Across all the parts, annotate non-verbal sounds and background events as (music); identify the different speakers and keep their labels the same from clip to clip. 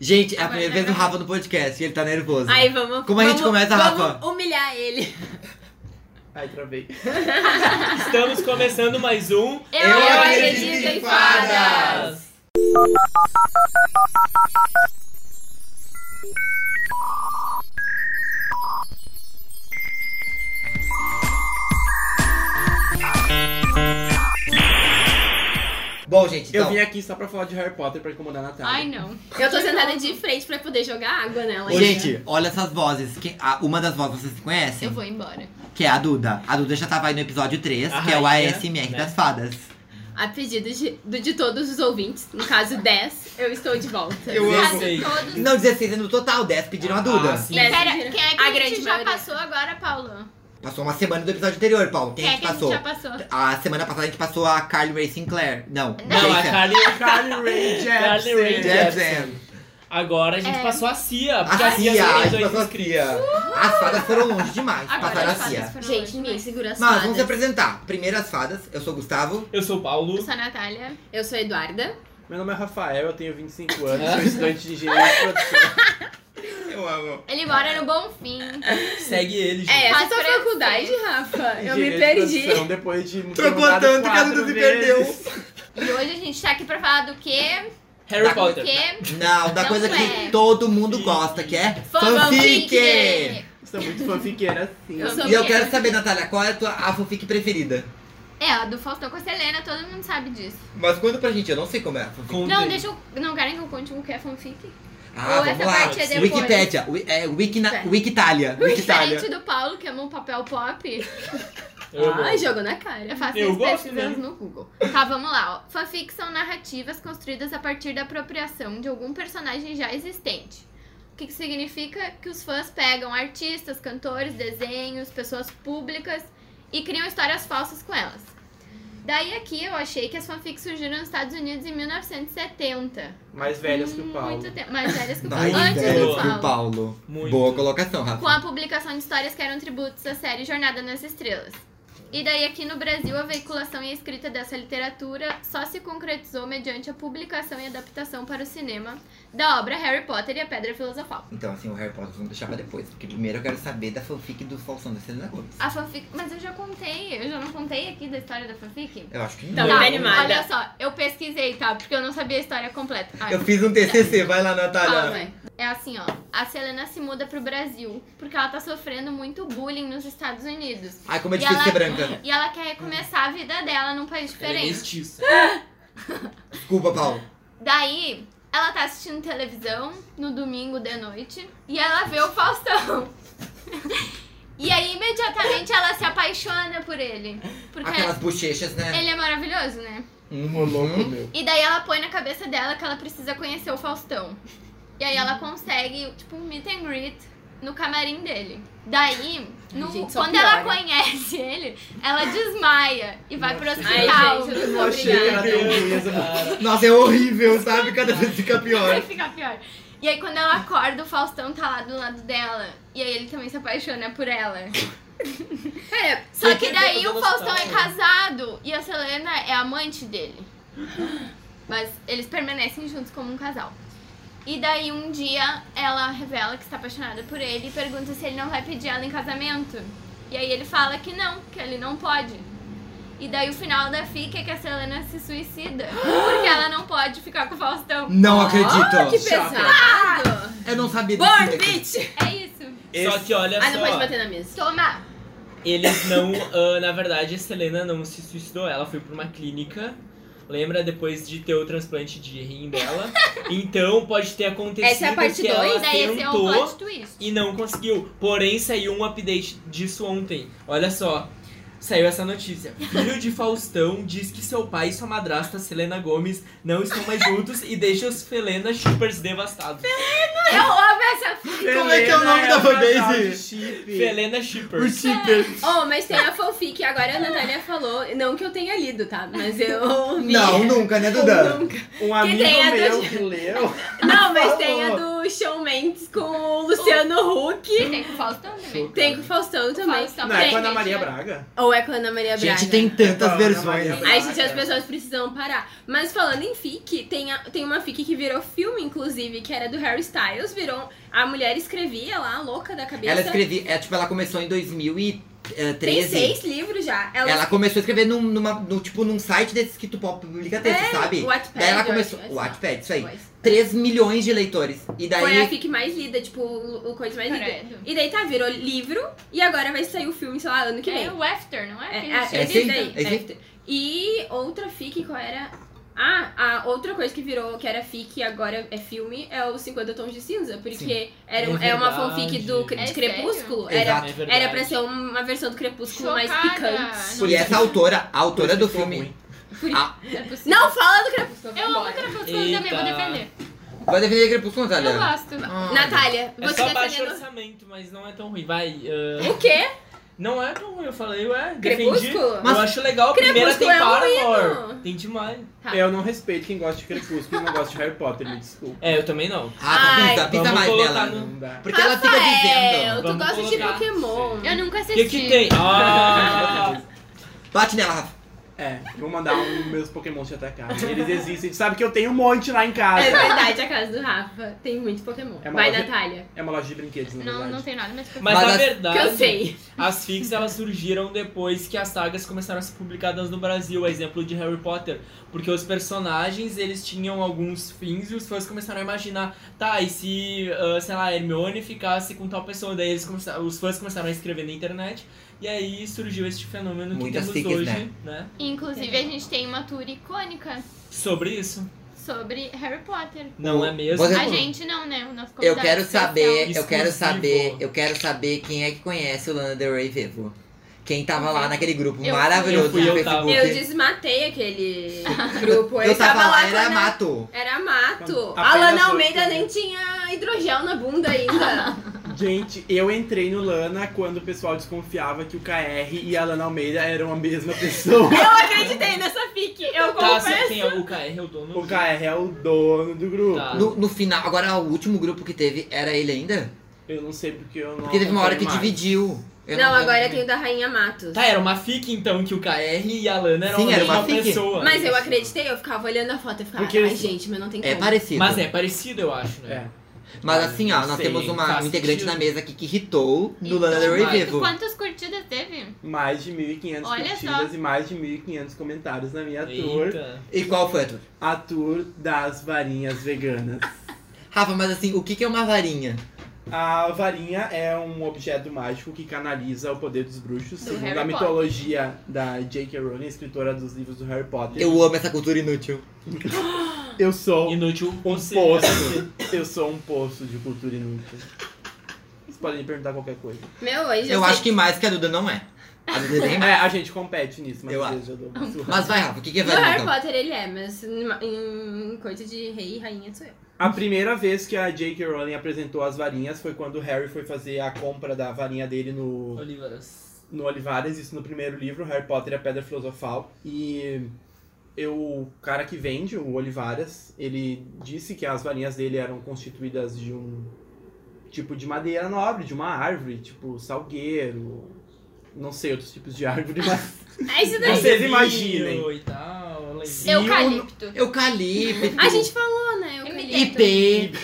Speaker 1: Gente, é a
Speaker 2: Agora
Speaker 1: primeira
Speaker 2: tá
Speaker 1: vez o
Speaker 2: gravando.
Speaker 1: Rafa no podcast e ele tá nervoso.
Speaker 2: Aí vamos.
Speaker 1: Como a gente
Speaker 2: vamos-
Speaker 1: começa,
Speaker 2: vamos
Speaker 1: Rafa?
Speaker 2: humilhar ele.
Speaker 3: Ai, travei.
Speaker 4: (laughs)
Speaker 3: Estamos começando mais um.
Speaker 2: Eu,
Speaker 1: acredito em fadas. Bom, gente,
Speaker 3: Eu
Speaker 1: então,
Speaker 3: vim aqui só pra falar de Harry Potter pra incomodar a
Speaker 4: Tá
Speaker 5: Ai,
Speaker 3: Natália.
Speaker 5: não.
Speaker 2: Eu tô sentada de frente pra poder jogar água nela.
Speaker 1: Ô,
Speaker 2: ainda.
Speaker 3: é.
Speaker 1: gente, olha essas vozes. Quem- a- uma das vozes vocês conhecem?
Speaker 5: Eu vou embora.
Speaker 1: Que é a Duda. A Duda já tava aí no episódio 3,
Speaker 3: A
Speaker 1: que é o
Speaker 3: rainha,
Speaker 1: ASMR
Speaker 3: né?
Speaker 1: das fadas.
Speaker 2: A pedido de, do- de todos os ouvintes, no caso 10, eu estou de volta.
Speaker 3: Eu amo.
Speaker 5: Quase todos.
Speaker 1: Não, 16 no total, 10 pediram a Duda.
Speaker 3: Ah, sim.
Speaker 2: Né?
Speaker 5: Pera, quem é que
Speaker 2: A
Speaker 5: a,
Speaker 2: grande
Speaker 5: gente já
Speaker 2: maioria.
Speaker 5: passou agora, Paulo?
Speaker 1: Passou uma semana do episódio anterior, Paulo. Quem, a
Speaker 5: Quem é
Speaker 1: gente
Speaker 5: que a gente
Speaker 1: passou?
Speaker 5: já passou?
Speaker 1: A semana passada a gente passou a Carly Ray Sinclair. Não,
Speaker 3: Não, a
Speaker 1: Jason.
Speaker 3: Carly,
Speaker 4: (laughs) Carly Rae
Speaker 3: Carly
Speaker 4: Jepsen.
Speaker 3: Rae
Speaker 1: Jason.
Speaker 3: Jepsen. Agora a gente
Speaker 5: É.
Speaker 3: passou a Cia, porque
Speaker 1: A
Speaker 3: a Cia
Speaker 1: Cia,
Speaker 3: só
Speaker 1: a
Speaker 3: tem
Speaker 1: gente
Speaker 3: dois
Speaker 1: passou a
Speaker 3: inscritos.
Speaker 1: Cia. As fadas foram longe demais,
Speaker 5: Agora
Speaker 1: passaram a
Speaker 5: as fadas
Speaker 1: Cia.
Speaker 5: foram
Speaker 2: Gente,
Speaker 5: longe,
Speaker 2: ninguém
Speaker 5: mas-
Speaker 2: segura as
Speaker 1: Mas
Speaker 2: fadas.
Speaker 1: vamos se apresentar. Primeiro as fadas, eu sou o Gustavo.
Speaker 3: Eu sou o
Speaker 5: Eu
Speaker 3: Paulo.
Speaker 5: sou a Natália.
Speaker 2: Eu sou a Eduarda.
Speaker 4: Meu nome é Rafael, eu tenho
Speaker 1: (laughs)
Speaker 4: 25 anos, sou estudante de engenharia de produção.
Speaker 1: Eu amo.
Speaker 5: Ele mora no Bonfim.
Speaker 3: Segue ele, gente.
Speaker 2: É,
Speaker 5: Faz
Speaker 2: essa é a
Speaker 5: pra
Speaker 2: faculdade, Rafa. Eu me
Speaker 4: Engenharia de
Speaker 2: perdi.
Speaker 4: produção, depois de ter
Speaker 1: Trocou
Speaker 4: mudado
Speaker 1: tanto que a
Speaker 4: quatro
Speaker 1: Duda se
Speaker 4: vezes.
Speaker 1: perdeu.
Speaker 5: E hoje a gente tá aqui pra falar do quê?
Speaker 3: Harry
Speaker 1: Tá com
Speaker 5: Do
Speaker 3: Potter.
Speaker 5: quê?
Speaker 1: Não, da
Speaker 5: Não
Speaker 1: coisa que
Speaker 5: é.
Speaker 1: todo mundo gosta, que é fanfic.
Speaker 4: Sou muito fanfiqueira assim.
Speaker 5: Eu sou-
Speaker 1: E eu quero saber, Natália, qual é a tua a fanfic preferida?
Speaker 5: É, a do Faustão com a Selena, todo mundo sabe disso.
Speaker 1: Mas conta pra gente, eu não sei como é a fanfic.
Speaker 3: Conta
Speaker 5: Não,
Speaker 3: aí.
Speaker 5: deixa eu. Não querem que eu conte o que é fanfic?
Speaker 1: Ah,
Speaker 5: Ou
Speaker 1: vamos
Speaker 5: essa
Speaker 1: lá.
Speaker 5: parte é depois.
Speaker 1: Wikipédia, wi- é, Wikina,
Speaker 2: Tá.
Speaker 1: Wikitalia. Wikitalia.
Speaker 5: Diferente do Paulo, que ama um papel pop,
Speaker 3: Eu
Speaker 2: Ai,
Speaker 3: gosto.
Speaker 2: jogou na cara.
Speaker 5: eu faço
Speaker 3: Eu
Speaker 5: minhas
Speaker 3: gosto
Speaker 5: pesquisas
Speaker 4: né?
Speaker 3: mesmo.
Speaker 5: no Google. Tá, vamos lá. Ó. Fanfics são narrativas construídas a partir da apropriação de algum personagem já existente. O que, que significa que os fãs pegam artistas, cantores, desenhos, pessoas públicas e criam histórias falsas com elas. Daí aqui eu achei que as fanfics surgiram nos Estados Unidos em 1970.
Speaker 4: Mais velhas que o Paulo.
Speaker 5: Hum, Muito tempo. Mais velhas que o Paulo.
Speaker 1: (laughs) Mais
Speaker 5: Antes
Speaker 1: velho
Speaker 5: do
Speaker 1: que o
Speaker 5: Paulo.
Speaker 1: Paulo.
Speaker 3: Muito.
Speaker 1: Boa colocação,
Speaker 5: com
Speaker 1: Rafa.
Speaker 5: a publicação de histórias que eram tributos à série Jornada nas Estrelas. E daí aqui no Brasil a veiculação e a escrita dessa literatura só se concretizou mediante a publicação e adaptação para o cinema da obra Harry Potter e a Pedra Filosofal.
Speaker 1: Então, assim, o Harry Potter vamos deixar pra depois. Porque primeiro eu quero saber da fanfic do Falsão da Selena Gomes.
Speaker 5: A fanfic, mas eu já contei, eu já não contei aqui da história da fanfic.
Speaker 1: Eu acho que
Speaker 2: Tá,
Speaker 1: não.
Speaker 2: Tô
Speaker 5: Tá,
Speaker 2: bem animada.
Speaker 5: olha só, eu pesquisei, tá? Porque eu não sabia a história completa. Ai,
Speaker 1: Eu fiz um TCC, vai lá,
Speaker 2: Calma
Speaker 1: Natália.
Speaker 2: aí.
Speaker 5: É assim, ó, a Selena se muda pro Brasil porque ela tá sofrendo muito bullying nos Estados Unidos.
Speaker 1: Ai, como é
Speaker 5: E
Speaker 1: difícil
Speaker 5: ela-
Speaker 1: ser
Speaker 5: (laughs)
Speaker 1: branca.
Speaker 5: E ela quer recomeçar a vida dela num país
Speaker 3: Ela é
Speaker 5: diferente.
Speaker 3: mestiça.
Speaker 1: Desculpa, Paulo.
Speaker 5: Daí, ela tá assistindo televisão no domingo de noite e ela vê o Faustão. (laughs) e aí, imediatamente, ela se apaixona por ele. Porque
Speaker 1: Aquelas bochechas, né?
Speaker 5: ele é maravilhoso, né?
Speaker 1: Um
Speaker 4: Ô, louco meu.
Speaker 5: E daí ela põe na cabeça dela que ela precisa conhecer o Faustão. E aí ela consegue, tipo, um meet and greet no camarim dele. Daí, no-
Speaker 2: Gente, só
Speaker 5: quando ela
Speaker 2: piora.
Speaker 5: conhece ele, ela desmaia e vai pro
Speaker 2: Ai,
Speaker 5: hospital.
Speaker 2: gente, eu não
Speaker 4: Eu
Speaker 2: vou
Speaker 4: achei que
Speaker 2: brigar.
Speaker 4: era tão mesmo.
Speaker 1: Nossa, é horrível, sabe? Cada vez fica
Speaker 5: Vai
Speaker 1: pior.
Speaker 5: ficar pior. E aí, quando ela acorda, o Faustão tá lá do lado dela. E aí, ele também se apaixona por ela.
Speaker 2: Cara,
Speaker 5: Só
Speaker 3: Por
Speaker 5: que
Speaker 3: que
Speaker 5: daí,
Speaker 3: que
Speaker 5: o
Speaker 3: ela
Speaker 5: Faustão
Speaker 3: tá?
Speaker 5: é casado e a Selena é amante dele. Mas eles permanecem juntos como um casal. E daí, um dia, ela revela que está apaixonada por ele e pergunta se ele não vai pedir ela em casamento. E aí, ele fala que não, que ele não pode. E daí, o final da fica é que a Selena se suicida. Porque ela não pode ficar com o Faustão.
Speaker 1: Não
Speaker 2: Ah, que
Speaker 1: acredito.
Speaker 2: pesado.
Speaker 1: Eu não sabia
Speaker 2: Born,
Speaker 1: desse jeito.
Speaker 2: bitch.
Speaker 5: É isso.
Speaker 3: Só que olha
Speaker 2: Ah,
Speaker 3: só.
Speaker 2: não pode bater na mesa.
Speaker 5: Toma!
Speaker 3: Eles não. ah, na verdade, a Selena não se suicidou. Ela foi pra uma clínica. Lembra depois de ter o transplante de rim dela? Então pode ter acontecido
Speaker 2: Essa é a parte
Speaker 3: que ela
Speaker 2: dois,
Speaker 5: Daí esse é um
Speaker 3: tentou
Speaker 5: plot twist.
Speaker 3: e não conseguiu. Porém, saiu um update disso ontem. Olha só. Saiu essa
Speaker 1: (laughs)
Speaker 3: notícia. Filho de Faustão diz que seu pai e sua madrasta Selena Gomes não estão mais juntos e deixa os Felena Shippers devastados.
Speaker 5: Eu amo essa
Speaker 1: Como é que é o nome
Speaker 4: Helena
Speaker 1: da
Speaker 4: um
Speaker 1: fanbase?
Speaker 4: casal de chip.
Speaker 3: Felena
Speaker 1: O
Speaker 3: Shippers.
Speaker 1: Chipper.
Speaker 2: Oh, mas tem a fanfic, agora a Natália falou, não que eu tenha lido, tá? Mas eu vi.
Speaker 1: Não, nunca, né, Duda?
Speaker 2: Nunca.
Speaker 4: Um amigo
Speaker 2: tem a
Speaker 4: meu
Speaker 2: do-
Speaker 4: que leu.
Speaker 2: Não, mas tem a
Speaker 4: favor.
Speaker 2: do Shawn Mendes com o Luciano Huck, Choque.
Speaker 5: Tem com o Faustão também.
Speaker 2: Tem com o Faustão também.
Speaker 5: Faustão.
Speaker 4: Não, é
Speaker 5: Tem,
Speaker 4: com a Ana
Speaker 5: gente,
Speaker 4: Maria
Speaker 5: né?
Speaker 4: Braga?
Speaker 2: Ou é com a Ana Maria Braga.
Speaker 1: Gente, tem tantas
Speaker 4: Então,
Speaker 1: versões.
Speaker 4: Ana Maria
Speaker 2: Ai, gente, as
Speaker 4: Braga.
Speaker 2: pessoas precisam parar. Mas falando em fic, tem, a- tem uma fic que virou filme, inclusive, que era do Harry Styles. Virou. A mulher escrevia lá, louca da cabeça.
Speaker 1: Ela escrevia, é, tipo, ela começou em 2013.
Speaker 2: Tem seis livros já. Ela,
Speaker 1: Ela começou a escrever num, numa, num, tipo, num site desses que tu publica texto, sabe?
Speaker 2: é Wattpad,
Speaker 1: daí ela
Speaker 2: eu
Speaker 1: começou.
Speaker 2: acho,
Speaker 1: O Wattpad, isso aí.
Speaker 2: Foi.
Speaker 1: 3 milhões de leitores. E daí.
Speaker 2: Foi a fic mais lida, tipo, o o coisa mais lida.
Speaker 5: Credo.
Speaker 2: E daí tá, virou livro. E agora vai sair o filme, sei lá, ano que vem.
Speaker 5: É o After, não é?
Speaker 2: É,
Speaker 5: Que
Speaker 2: é,
Speaker 5: eles
Speaker 1: é
Speaker 2: esse
Speaker 1: sim,
Speaker 5: dizem.
Speaker 2: daí.
Speaker 1: é sim.
Speaker 2: é. E outra fic, qual era? Ah, a outra coisa que virou, que era fic e agora é filme, é o 50 Tons de Cinza. Porque era,
Speaker 3: É
Speaker 2: é, uma
Speaker 3: verdade.
Speaker 2: fanfic do, Cre-
Speaker 5: É
Speaker 2: de
Speaker 5: sério?
Speaker 2: Crepúsculo.
Speaker 1: Exato.
Speaker 2: Era,
Speaker 3: É verdade.
Speaker 2: era pra ser uma versão do Crepúsculo mais
Speaker 5: Chocada.
Speaker 2: picante.
Speaker 1: E essa autora, a
Speaker 4: Por isso
Speaker 1: autora
Speaker 4: que
Speaker 1: do
Speaker 4: ficou
Speaker 1: filme.
Speaker 4: ruim.
Speaker 1: A,
Speaker 5: É possível.
Speaker 2: Não fala do Crepúsculo.
Speaker 5: Eu amo Crepúsculo também, vou
Speaker 3: Eita.
Speaker 5: defender.
Speaker 1: vai defender Crepúsculo, Natália?
Speaker 5: Eu gosto.
Speaker 1: Ah.
Speaker 2: Natália,
Speaker 3: É
Speaker 2: você
Speaker 3: só baixo
Speaker 2: defendendo...
Speaker 3: orçamento, mas não é tão ruim. Vai. ah,
Speaker 2: O quê?
Speaker 3: não é tão ruim, eu falei, ué, defendi.
Speaker 2: É? Crepúsculo?
Speaker 1: Mas
Speaker 3: eu acho legal a primeira
Speaker 2: Crepúsculo é
Speaker 3: temporada,
Speaker 2: horrível.
Speaker 3: amor. Tem demais.
Speaker 2: Tá.
Speaker 4: Eu não respeito quem gosta de Crepúsculo e não gosta de Harry Potter, me desculpa.
Speaker 3: É, eu também não.
Speaker 1: Ah, pisa,
Speaker 2: Ai.
Speaker 1: pisa
Speaker 3: Vamos
Speaker 1: mais
Speaker 3: colocar
Speaker 1: nela.
Speaker 3: no-
Speaker 4: Não dá.
Speaker 1: Porque ela fica
Speaker 2: Rafael,
Speaker 1: dizendo.
Speaker 2: tu
Speaker 3: Vamos
Speaker 2: gosta de
Speaker 3: colocar.
Speaker 2: Pokémon.
Speaker 5: Eu nunca
Speaker 3: O
Speaker 5: assisti.
Speaker 3: que que tem?
Speaker 2: (laughs)
Speaker 3: Ah,
Speaker 1: Bate nela, Rafa.
Speaker 4: É, vou mandar um meus Pokémon te atacar. Eles existem. Tu sabe que eu tenho um monte lá em casa.
Speaker 2: É verdade, a casa do Rafa tem muito Pokémon.
Speaker 4: É uma
Speaker 2: Vai,
Speaker 4: loja-
Speaker 2: Natália.
Speaker 4: É uma loja de brinquedos, na
Speaker 5: Não,
Speaker 4: verdade.
Speaker 5: não tem nada, mas...
Speaker 3: mas,
Speaker 1: Mas
Speaker 3: na
Speaker 1: as-
Speaker 3: verdade,
Speaker 2: Que eu sei.
Speaker 3: as fics elas surgiram depois que as sagas começaram a ser publicadas no Brasil, a exemplo de Harry Potter, porque os personagens eles tinham alguns fins e os fãs começaram a imaginar, tá, e se, ah, sei lá, Hermione ficasse com tal pessoa, daí eles começaram, os fãs começaram a escrever na internet e aí surgiu este fenômeno que
Speaker 1: Muitas
Speaker 3: temos
Speaker 1: fics,
Speaker 3: hoje,
Speaker 1: né?
Speaker 3: né?
Speaker 5: Inclusive, a gente tem uma tour icônica
Speaker 3: Sobre isso.
Speaker 5: sobre Harry Potter.
Speaker 3: Não
Speaker 1: O-
Speaker 3: é mesmo?
Speaker 1: você-
Speaker 5: A gente não, né? O nosso
Speaker 1: Eu
Speaker 5: convidado
Speaker 1: quero
Speaker 5: especial.
Speaker 1: saber, eu quero
Speaker 3: Exclusivo.
Speaker 1: saber, eu quero saber quem é que conhece o Lana Del Rey vivo. Quem tava lá naquele grupo
Speaker 5: Eu-
Speaker 1: maravilhoso
Speaker 5: eu fui,
Speaker 1: do
Speaker 3: eu tava.
Speaker 1: Facebook.
Speaker 2: Eu desmatei (laughs) aquele grupo.
Speaker 1: Tá Eu tava lá,
Speaker 2: quando
Speaker 1: era
Speaker 2: a-
Speaker 1: mato.
Speaker 2: Era mato.
Speaker 4: Quando-
Speaker 2: A
Speaker 4: apenas
Speaker 2: Lana
Speaker 4: oito
Speaker 2: Almeida
Speaker 4: anos.
Speaker 2: nem tinha hidrogel na bunda (laughs) ainda.
Speaker 5: tá.
Speaker 4: Gente, eu entrei no Lana quando o pessoal desconfiava que o KR e a Lana Almeida eram a mesma pessoa.
Speaker 2: eu acreditei nessa fic. Eu
Speaker 3: Tá,
Speaker 2: confesso.
Speaker 3: quem é o KR, o dono?
Speaker 4: O KR é o dono do grupo.
Speaker 3: Tá.
Speaker 1: No, no final, agora o último grupo que teve era ele ainda?
Speaker 4: Eu não sei porque eu não.
Speaker 1: Porque teve uma hora que
Speaker 4: acompanho mais.
Speaker 1: dividiu. Eu
Speaker 2: Não, agora
Speaker 1: lembro.
Speaker 2: tem o da Rainha Matos.
Speaker 3: Tá, era uma fic então que o KR e a Lana eram
Speaker 1: Sim,
Speaker 3: a
Speaker 1: era uma
Speaker 3: mesma
Speaker 1: fic.
Speaker 3: pessoa.
Speaker 2: Mas eu acreditei, eu ficava olhando a foto e ficava,
Speaker 4: Porque
Speaker 2: ai
Speaker 4: eles-
Speaker 2: gente, mas não tem
Speaker 1: É
Speaker 2: como.
Speaker 1: parecido.
Speaker 3: Mas é parecido, eu acho, né?
Speaker 4: É.
Speaker 1: Mas assim, ó,
Speaker 3: Não
Speaker 1: nós
Speaker 3: sei,
Speaker 1: temos uma
Speaker 3: faz
Speaker 1: um integrante
Speaker 3: sentido.
Speaker 1: na mesa aqui que irritou no
Speaker 5: Então,
Speaker 1: Lana Del Rey
Speaker 3: vai.
Speaker 1: vivo.
Speaker 5: Quantas curtidas teve?
Speaker 4: Mais de 1.500
Speaker 5: Olha
Speaker 4: curtidas
Speaker 5: só.
Speaker 4: e mais de 1.500 comentários na
Speaker 1: É.
Speaker 4: minha tour.
Speaker 3: Eita.
Speaker 1: E qual foi a tua?
Speaker 4: A tour das varinhas veganas.
Speaker 1: Rafa, mas assim, o que que é uma varinha?
Speaker 4: A varinha é um objeto mágico que canaliza o poder dos bruxos,
Speaker 5: Do
Speaker 4: segundo
Speaker 5: Harry
Speaker 4: a
Speaker 5: Potter.
Speaker 4: mitologia da J.K. Rowling, escritora dos livros do Harry Potter.
Speaker 1: Eu amo essa cultura inútil.
Speaker 4: Eu sou
Speaker 3: Inútil
Speaker 4: um
Speaker 3: você-
Speaker 4: poço. Eu sou um poço de cultura inútil. Vocês podem me perguntar qualquer coisa.
Speaker 2: Meu, hoje
Speaker 1: Eu
Speaker 2: sei-
Speaker 1: acho que mais que a Duda não é. A Duda
Speaker 4: (laughs)
Speaker 1: nem
Speaker 4: É, a gente compete nisso, mas
Speaker 1: Eu
Speaker 4: às vezes eu dou uma surra.
Speaker 1: Mas vai, Rafa, o que, que é
Speaker 2: No
Speaker 1: varinha?
Speaker 2: Harry
Speaker 1: Então?
Speaker 2: Potter ele é, mas em, em coisa de rei e rainha sou eu.
Speaker 4: A primeira vez que a J.K. Rowling apresentou as varinhas foi quando o Harry foi fazer a compra da varinha dele no,
Speaker 3: Olivares.
Speaker 4: no Olivares, isso no primeiro livro, Harry Potter e a Pedra Filosofal. E eu, o cara que vende, o Olivares, ele disse que as varinhas dele eram constituídas de um tipo de madeira nobre, de uma árvore, tipo salgueiro, não sei outros tipos de árvore, mas
Speaker 2: É isso daí.
Speaker 4: Vocês imaginem.
Speaker 3: E tal, lembra?
Speaker 4: Sim. E o-
Speaker 5: Eucalipto.
Speaker 1: Eucalipto,
Speaker 2: A gente falou, né? Eu
Speaker 5: Eu me
Speaker 2: queria.
Speaker 1: IP,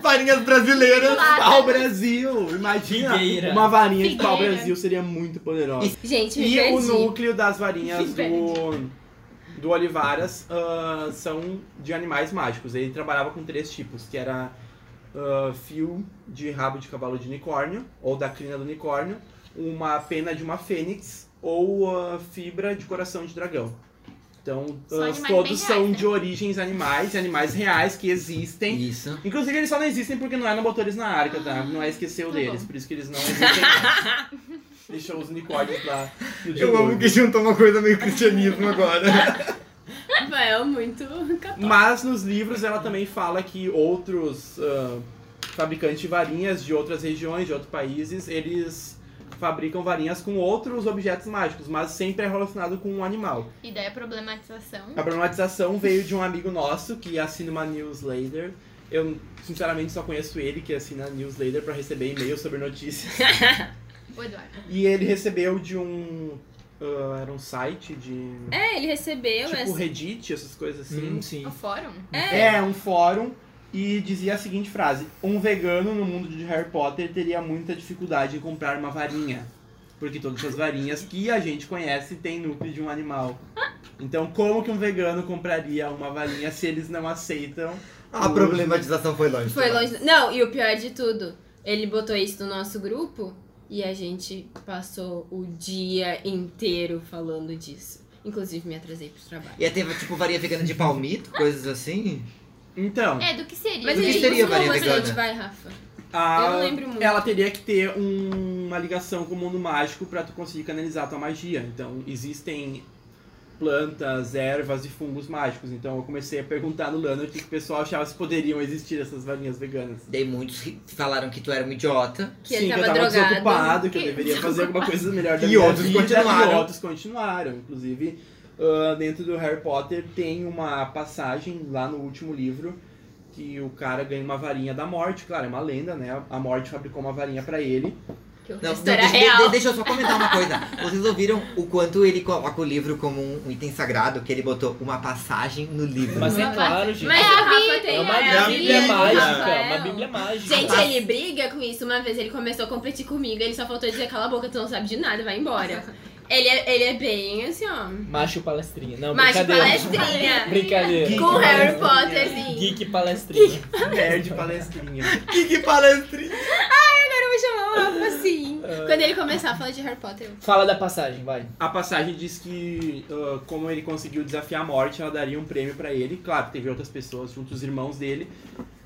Speaker 1: varinhas brasileiras.
Speaker 4: pau Brasil! Imagina
Speaker 3: Figueira.
Speaker 4: uma varinha de pau
Speaker 5: Figueira.
Speaker 4: Brasil seria muito poderosa.
Speaker 2: (laughs) Gente, me
Speaker 4: E o
Speaker 2: perdi.
Speaker 4: núcleo das varinhas
Speaker 5: (laughs)
Speaker 2: Me perdi.
Speaker 4: do, do Olivaras ah, são de animais mágicos. Ele trabalhava com três tipos, que era ah, fio de rabo de cavalo de unicórnio, ou da crina do unicórnio, uma pena de uma fênix, ou ah, fibra de coração de dragão. Então,
Speaker 5: São
Speaker 4: ah,
Speaker 5: animais bem
Speaker 4: todos
Speaker 5: reais,
Speaker 4: são
Speaker 5: né?
Speaker 4: de origens animais, animais reais que existem.
Speaker 1: Isso.
Speaker 4: Inclusive, eles só não existem porque não é no Motores na Arca, tá? Não é esqueceu
Speaker 5: tá
Speaker 4: deles,
Speaker 5: bom.
Speaker 4: por isso que eles não existem. (laughs) mais. Deixou os unicórnios lá. no dia
Speaker 1: Eu amo
Speaker 4: dois.
Speaker 1: que juntou uma coisa meio cristianismo agora.
Speaker 2: Rafael, muito (laughs) católico.
Speaker 4: Mas nos livros ela também fala que outros ah, fabricantes de varinhas de outras regiões, de outros países, eles fabricam varinhas com outros objetos mágicos, mas sempre é relacionado com um animal.
Speaker 5: E
Speaker 4: Tá
Speaker 5: daí a problematização.
Speaker 4: A problematização veio de um amigo nosso que assina uma newsletter Eu, sinceramente, só conheço ele, que assina a newsletter pra receber e-mail sobre notícias.
Speaker 5: O Eduardo.
Speaker 4: E ele recebeu de um... ah, era um site de...
Speaker 2: É, ele recebeu
Speaker 4: tipo
Speaker 2: essa.
Speaker 4: Reddit, essas coisas assim.
Speaker 3: Sim, sim.
Speaker 5: O fórum?
Speaker 2: É.
Speaker 4: É, um fórum. E dizia a seguinte frase: Um vegano no mundo de Harry Potter teria muita dificuldade em comprar uma varinha. Porque todas as varinhas que a gente conhece têm núcleo de um animal. Então, como que um vegano compraria uma varinha se eles não aceitam?
Speaker 1: (laughs) A problematização foi longe.
Speaker 2: Foi longe. Não, e o pior de tudo, ele botou isso no nosso grupo e a gente passou o dia inteiro falando disso. Inclusive, me atrasei pro trabalho.
Speaker 1: E aí teve, tipo, varia vegana de palmito, coisas assim.
Speaker 4: Então,
Speaker 5: É, do que seria?
Speaker 2: Mas
Speaker 1: O
Speaker 2: a
Speaker 1: que
Speaker 2: gente
Speaker 1: seria
Speaker 2: buscou
Speaker 1: varia
Speaker 2: uma
Speaker 1: vegana?
Speaker 2: gente, vai, Rafa.
Speaker 4: a-
Speaker 2: Eu não lembro muito.
Speaker 4: Ah, ela teria que ter um- uma ligação com o mundo mágico para tu conseguir canalizar tua magia. Então, existem plantas, ervas e fungos mágicos. Então, eu comecei a perguntar no Lano o que que o pessoal achava se poderiam existir essas varinhas veganas.
Speaker 1: Daí muitos ri- falaram que tu era um idiota.
Speaker 2: Que ele
Speaker 4: Sim,
Speaker 2: tava
Speaker 4: que eu tava
Speaker 2: drogado.
Speaker 4: desocupado, que eu
Speaker 5: Que-
Speaker 4: deveria fazer alguma coisa
Speaker 1: (laughs)
Speaker 4: melhor da
Speaker 1: E
Speaker 4: minha
Speaker 1: outros
Speaker 4: vida,
Speaker 1: continuaram.
Speaker 4: E outros continuaram. Inclusive, ah, dentro do Harry Potter tem uma passagem lá no último livro que o cara ganha uma varinha da morte. Claro, é uma lenda, né? A morte fabricou uma varinha pra ele.
Speaker 2: Que eu-
Speaker 1: Não, não,
Speaker 5: História
Speaker 1: deixa, de-
Speaker 5: real.
Speaker 1: de- deixa eu só comentar uma coisa. Vocês ouviram o quanto ele coloca o livro como um item sagrado, que ele botou uma passagem no livro.
Speaker 3: Mas é claro, gente.
Speaker 2: Mas
Speaker 5: Mas
Speaker 2: o
Speaker 5: a
Speaker 2: Rafa
Speaker 5: Bíblia-
Speaker 2: tem
Speaker 3: É
Speaker 2: é
Speaker 3: uma
Speaker 2: a
Speaker 3: bíblia
Speaker 2: do
Speaker 3: mágica. é
Speaker 2: Rafael.
Speaker 3: Uma bíblia mágica.
Speaker 2: Gente, ele briga com isso. Uma vez ele começou a competir comigo, ele só faltou dizer cala a boca, tu não sabe de nada, vai
Speaker 3: (laughs)
Speaker 2: embora. Ele é, ele é bem assim, ó.
Speaker 3: Macho palestrinha. Não,
Speaker 2: Macho
Speaker 3: brincadeira.
Speaker 2: palestrinha.
Speaker 3: Brincadeira.
Speaker 2: tipo, Com Harry Potter, assim. sim.
Speaker 3: Geek palestrinha.
Speaker 4: Perde palestrinha.
Speaker 1: que, que palestrinha!
Speaker 2: Eu vou chamar o Rafa assim.
Speaker 3: Ah.
Speaker 2: Quando ele começar a falar de Harry Potter. eu-
Speaker 3: Fala da passagem, vai.
Speaker 4: A passagem diz que, ah, como ele conseguiu desafiar a morte, ela daria um prêmio pra ele. Claro, teve outras pessoas junto, os irmãos dele.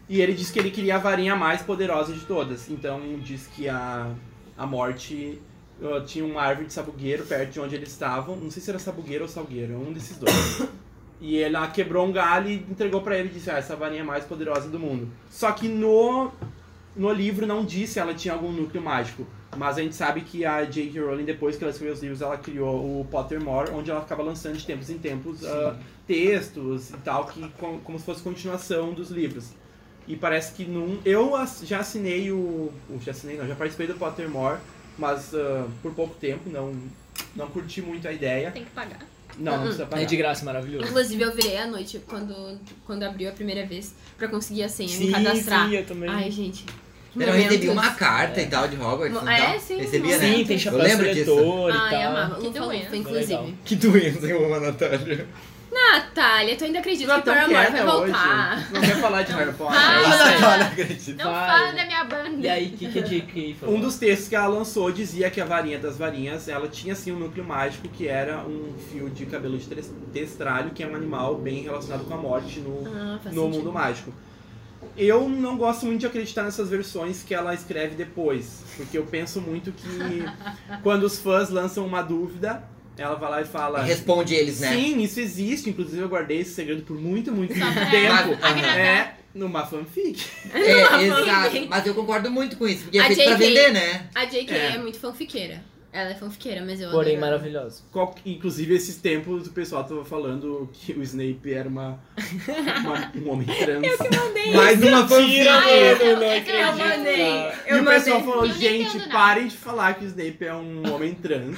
Speaker 4: E ele diz que ele queria a varinha mais poderosa de todas. Então, diz que a, a morte ah, tinha uma árvore de sabugueiro perto de onde eles estavam. Não sei se era sabugueiro ou salgueiro, um desses dois. E ela quebrou um galho e entregou pra ele e disse: Ah, essa varinha é a mais poderosa do mundo. Só que no, no livro não disse se ela tinha algum núcleo mágico. Mas a gente sabe que a J.K. Rowling, depois que ela escreveu os livros, ela criou o Pottermore, onde ela ficava lançando de tempos em tempos ah, textos e tal, que, com- como se fosse continuação dos livros. E parece que num. Eu ass- já assinei o. o- Já assinei, não, já participei do Pottermore, mas ah, por pouco tempo, não, não curti muito a ideia.
Speaker 2: Tem que pagar.
Speaker 4: Não, não precisa pagar.
Speaker 3: É de graça, maravilhoso.
Speaker 2: Inclusive, eu virei à noite quando, quando abriu a primeira vez pra conseguir a senha, me
Speaker 3: Sim,
Speaker 2: cadastrar.
Speaker 3: sim, eu também.
Speaker 2: Ai, gente. que
Speaker 1: Eu recebi
Speaker 2: momentos.
Speaker 1: uma carta e tal de Hogwarts.
Speaker 2: Mo-
Speaker 1: e
Speaker 2: é,
Speaker 1: tal.
Speaker 2: sim,
Speaker 1: Recebia, né?
Speaker 3: Sim,
Speaker 2: Eu
Speaker 3: tem chapéu
Speaker 1: lembro disso.
Speaker 3: seletor e
Speaker 2: Ai,
Speaker 3: tal.
Speaker 2: amava.
Speaker 5: Que
Speaker 2: Lufa,
Speaker 5: doença.
Speaker 2: Lufa, inclusive.
Speaker 3: Legal.
Speaker 1: Que doença, eu amo a Natália.
Speaker 2: Natália, tu ainda acredita que o Paramore vai voltar?
Speaker 4: Não quer falar de Harry Potter.
Speaker 5: Ah,
Speaker 1: a
Speaker 5: Ai,
Speaker 1: Natália acredita.
Speaker 5: Não
Speaker 3: Vai.
Speaker 5: fala da minha banda.
Speaker 3: E aí, o que, que a J.K. falou?
Speaker 4: Um dos textos que ela lançou dizia que a varinha das varinhas, ela tinha sim um núcleo mágico, que era um fio de cabelo de tres- testralho, que é um animal bem relacionado com a morte no,
Speaker 2: Ah, faz
Speaker 4: no
Speaker 2: sentido.
Speaker 4: mundo mágico. Eu não gosto muito de acreditar nessas versões que ela escreve depois, porque eu penso muito
Speaker 5: (laughs)
Speaker 4: que quando os fãs lançam uma dúvida, ela vai lá e fala.
Speaker 1: Responde eles, né?
Speaker 4: Sim, isso existe. Inclusive, eu guardei esse segredo por muito, muito
Speaker 5: Só pra
Speaker 4: tempo.
Speaker 5: agradar.
Speaker 4: É, numa fanfic.
Speaker 1: É, exato. Mas eu concordo muito com isso, porque é
Speaker 2: A
Speaker 1: feito pra
Speaker 2: JK.
Speaker 1: vender, né?
Speaker 2: A JK é.
Speaker 4: É.
Speaker 2: muito fanfiqueira. Ela é fanfiqueira, mas eu
Speaker 3: Porém,
Speaker 2: adoro.
Speaker 3: maravilhoso.
Speaker 4: Qual- inclusive, esses tempos o pessoal tava falando que o Snape era uma, uma- um homem trans.
Speaker 2: mandei.
Speaker 1: Mais uma
Speaker 3: Tira,
Speaker 1: fanfic.
Speaker 5: Ai, eu não-
Speaker 3: mano, não
Speaker 5: eu não
Speaker 2: Eu
Speaker 3: acredito. tá.
Speaker 2: mandei.
Speaker 3: cara.
Speaker 4: e
Speaker 2: Eu
Speaker 4: o pessoal
Speaker 2: mandei.
Speaker 4: falou,
Speaker 5: Eu não
Speaker 4: gente,
Speaker 5: entendo nada."
Speaker 4: parem de falar que o Snape é um
Speaker 2: (laughs)
Speaker 4: homem trans.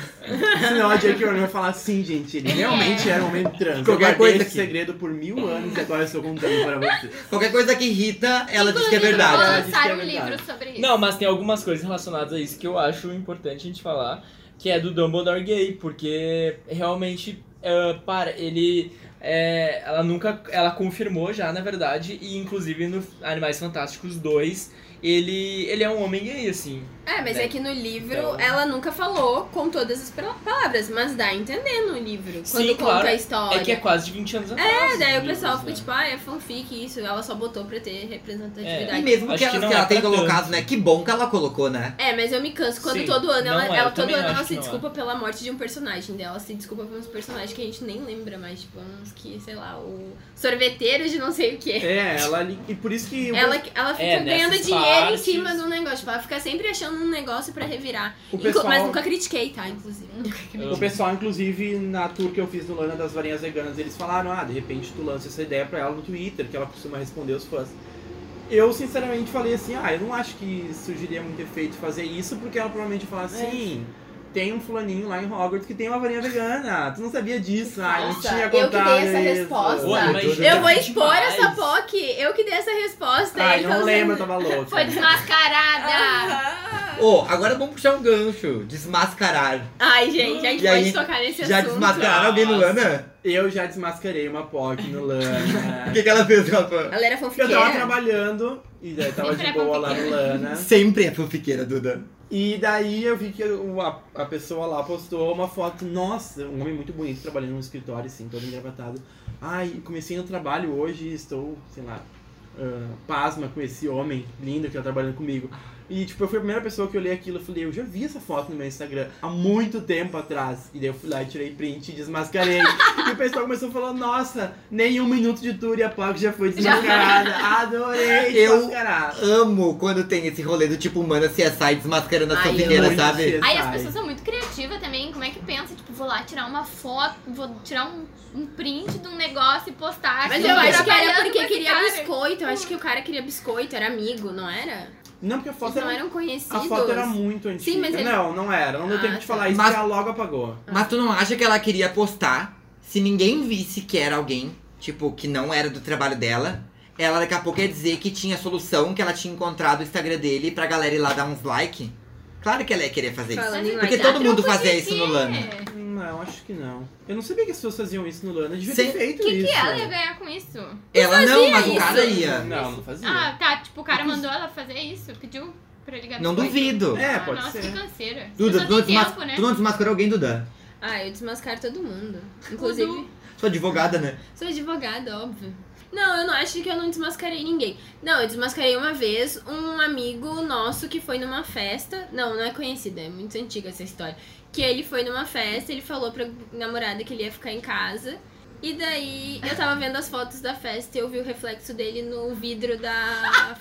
Speaker 4: Senão a J.K. Rowling vai falar, sim, gente, ele
Speaker 5: Ele é.
Speaker 4: realmente era um homem trans.
Speaker 1: Qualquer
Speaker 4: eu guardei
Speaker 1: coisa
Speaker 4: esse
Speaker 1: aqui.
Speaker 4: segredo por mil anos e agora eu estou contando para vocês.
Speaker 2: (laughs)
Speaker 1: Qualquer coisa que irrita, ela diz que é
Speaker 5: Inclusive,
Speaker 4: ela
Speaker 1: verdade.
Speaker 5: Vou
Speaker 4: diz que
Speaker 5: lançar
Speaker 4: é
Speaker 5: um
Speaker 4: verdade.
Speaker 5: livro sobre isso.
Speaker 3: Não, mas tem algumas coisas relacionadas a isso que eu acho importante a gente falar, que é do Dumbledore gay, porque realmente eh, para ele eh, ela nunca ela confirmou já na verdade e inclusive no Animais Fantásticos 2 ele ele é um homem gay assim.
Speaker 2: É, mas
Speaker 3: Né?
Speaker 2: é que no livro
Speaker 3: Então-
Speaker 2: ela nunca falou com todas as pal- palavras, mas dá a entender no livro.
Speaker 3: Sim,
Speaker 2: Quando conta
Speaker 3: claro.
Speaker 2: a história.
Speaker 3: É que é quase de 20 anos atrás.
Speaker 2: É, daí o
Speaker 3: livros,
Speaker 2: pessoal fica
Speaker 3: né?
Speaker 2: tipo, ah, é fanfic isso, ela só botou pra ter
Speaker 1: E
Speaker 2: representatividade.
Speaker 1: mesmo
Speaker 3: Acho
Speaker 1: que ela,
Speaker 3: que
Speaker 1: que
Speaker 3: não é
Speaker 1: ela tenha
Speaker 3: pra
Speaker 1: colocado,
Speaker 3: tanto.
Speaker 1: né? Que bom que ela colocou, né?
Speaker 2: É. mas eu me canso quando
Speaker 3: Sim,
Speaker 2: todo ano ela,
Speaker 3: não
Speaker 2: ela
Speaker 3: é, eu
Speaker 2: todo
Speaker 3: também
Speaker 2: ano ela
Speaker 3: acho
Speaker 2: se
Speaker 3: que não é.
Speaker 2: desculpa pela morte de um personagem dela, ela se desculpa por uns personagens que a gente nem lembra mais, tipo, uns que, sei lá, o sorveteiro de não sei o quê.
Speaker 4: É, ela... ali- E por isso que... o-
Speaker 2: Ela, ela fica
Speaker 3: É,
Speaker 2: ganhando
Speaker 3: nessas
Speaker 2: dinheiro
Speaker 3: partes-
Speaker 2: em cima de um negócio, tipo, ela fica sempre achando um negócio pra revirar.
Speaker 4: O
Speaker 2: Inclu-
Speaker 4: pessoal-
Speaker 2: Mas nunca critiquei, tá, inclusive.
Speaker 4: (laughs)
Speaker 3: Eu-
Speaker 4: O pessoal, inclusive, na tour que eu fiz no Lana das Varinhas Veganas, eles falaram, ah, de repente tu lança essa ideia pra ela no Twitter, que ela costuma responder os fãs. Eu, sinceramente, falei assim, ah, eu não acho que surgiria muito efeito fazer isso, porque ela provavelmente ia falar
Speaker 5: É.
Speaker 4: assim, tem um fulaninho lá em Hogwarts que tem uma varinha vegana, tu não sabia disso, ah, eu não
Speaker 5: Nossa,
Speaker 4: tinha
Speaker 5: eu que dei
Speaker 4: contado
Speaker 5: essa
Speaker 4: isso."
Speaker 5: resposta.
Speaker 3: Pô,
Speaker 5: Tá.
Speaker 3: mas
Speaker 2: Eu vou
Speaker 3: demais.
Speaker 2: expor essa POC. Eu que dei essa resposta.
Speaker 4: Ah,
Speaker 2: ele
Speaker 4: eu
Speaker 2: tá
Speaker 4: não lembro, eu
Speaker 2: usando-
Speaker 4: tava louca.
Speaker 5: Foi desmascarada!
Speaker 1: Ah. Ô, agora vamos puxar um gancho. Desmascarar.
Speaker 2: Ai, gente, a gente
Speaker 1: E
Speaker 2: pode
Speaker 1: aí,
Speaker 2: tocar nesse
Speaker 1: Já
Speaker 2: assunto.
Speaker 1: desmascararam alguém no Ana?
Speaker 4: Eu já desmascarei uma POC no
Speaker 1: O
Speaker 5: (laughs)
Speaker 4: Lana.
Speaker 1: que, que ela fez, Rafa?
Speaker 2: Galera
Speaker 4: Eu tava
Speaker 2: fanfiqueira.
Speaker 4: trabalhando, e daí tava
Speaker 5: Sempre
Speaker 4: de
Speaker 5: é
Speaker 4: boa lá no Lana.
Speaker 1: Sempre é fanfiqueira, Duda.
Speaker 4: E daí eu vi que o- a, a pessoa lá postou uma foto, nossa, um homem muito bonito trabalhando no escritório, assim, todo engravatado. Ai, comecei no trabalho hoje, estou, sei lá, ah, pasma com esse homem lindo que tá trabalhando comigo. E tipo, eu fui a primeira pessoa que olhei aquilo, eu falei, eu já vi essa foto no meu Instagram há muito tempo atrás. E daí eu fui lá e tirei print e desmascarei. e o pessoal começou a falar, nossa, nem um minuto de tour e a Paco já foi desmascarada. Adorei
Speaker 1: Eu-
Speaker 4: desmascarar.
Speaker 1: Amo quando tem esse rolê do tipo humana CSI desmascarando as
Speaker 2: Ai, eu
Speaker 1: fanfiqueiras,
Speaker 4: amo.
Speaker 1: sabe?
Speaker 5: Aí as
Speaker 4: Sai.
Speaker 5: pessoas são muito criativas também, como é que pensa? Tipo, vou lá tirar uma foto, vou tirar um, um print de um negócio e postar.
Speaker 2: Mas
Speaker 5: assim,
Speaker 2: eu acho que era
Speaker 5: trabalhando com
Speaker 2: porque
Speaker 5: esse
Speaker 2: queria
Speaker 5: cara.
Speaker 2: biscoito. Eu acho que o cara queria biscoito, era amigo, não era?
Speaker 4: Não, porque a foto
Speaker 2: Eles
Speaker 4: Então era um
Speaker 2: não eram conhecidos.
Speaker 4: A foto era muito antiga.
Speaker 2: mas ele-
Speaker 4: Não, não era. Não deu
Speaker 2: Ah,
Speaker 4: tempo de
Speaker 2: tá.
Speaker 4: falar isso,
Speaker 1: Mas-
Speaker 4: porque ela logo apagou.
Speaker 1: Mas tu não acha que ela queria postar se ninguém visse que era alguém, tipo, que não era do trabalho dela? Ela daqui a pouco ia dizer que tinha solução, que ela tinha encontrado o Instagram dele pra galera ir lá dar uns like. Claro que ela ia querer fazer isso.
Speaker 2: Falando em
Speaker 1: Porque
Speaker 2: like,
Speaker 1: todo
Speaker 5: Ah,
Speaker 1: mundo
Speaker 5: troco de
Speaker 1: fazia isso
Speaker 5: quê?
Speaker 1: no Lana.
Speaker 4: Hum, Não, acho que não. Eu não sabia que as pessoas faziam isso no Lana. Devia
Speaker 1: Sim.
Speaker 4: ter feito
Speaker 5: O que,
Speaker 4: isso.
Speaker 5: que ela ia ganhar com isso?
Speaker 1: Ela não, mas o
Speaker 2: isso.
Speaker 1: cara ia.
Speaker 4: Não, não fazia.
Speaker 5: Ah, tá, tipo, o cara mandou ela fazer isso, pediu pra ligar
Speaker 1: Não
Speaker 5: biscoito.
Speaker 1: duvido.
Speaker 4: É,
Speaker 5: Ah,
Speaker 4: pode
Speaker 5: Nossa,
Speaker 4: ser.
Speaker 5: que canseira.
Speaker 1: Duda, tu
Speaker 5: Só
Speaker 1: não,
Speaker 5: tem
Speaker 1: desmas-
Speaker 5: tempo, né?
Speaker 1: tu não desmascarou alguém, Duda?
Speaker 2: Ah, eu desmascaro todo mundo. Inclusive,
Speaker 5: Dudu.
Speaker 1: Sou advogada, né?
Speaker 2: sou advogada, óbvio. Não, eu não acho que eu não desmascarei ninguém. Não, eu desmascarei uma vez um amigo nosso que foi numa festa. Não, não é conhecida, é muito antiga essa história. Que ele foi numa festa, ele falou pra namorada que ele ia ficar em casa. E daí eu tava vendo as fotos da festa e eu vi o reflexo dele no vidro da,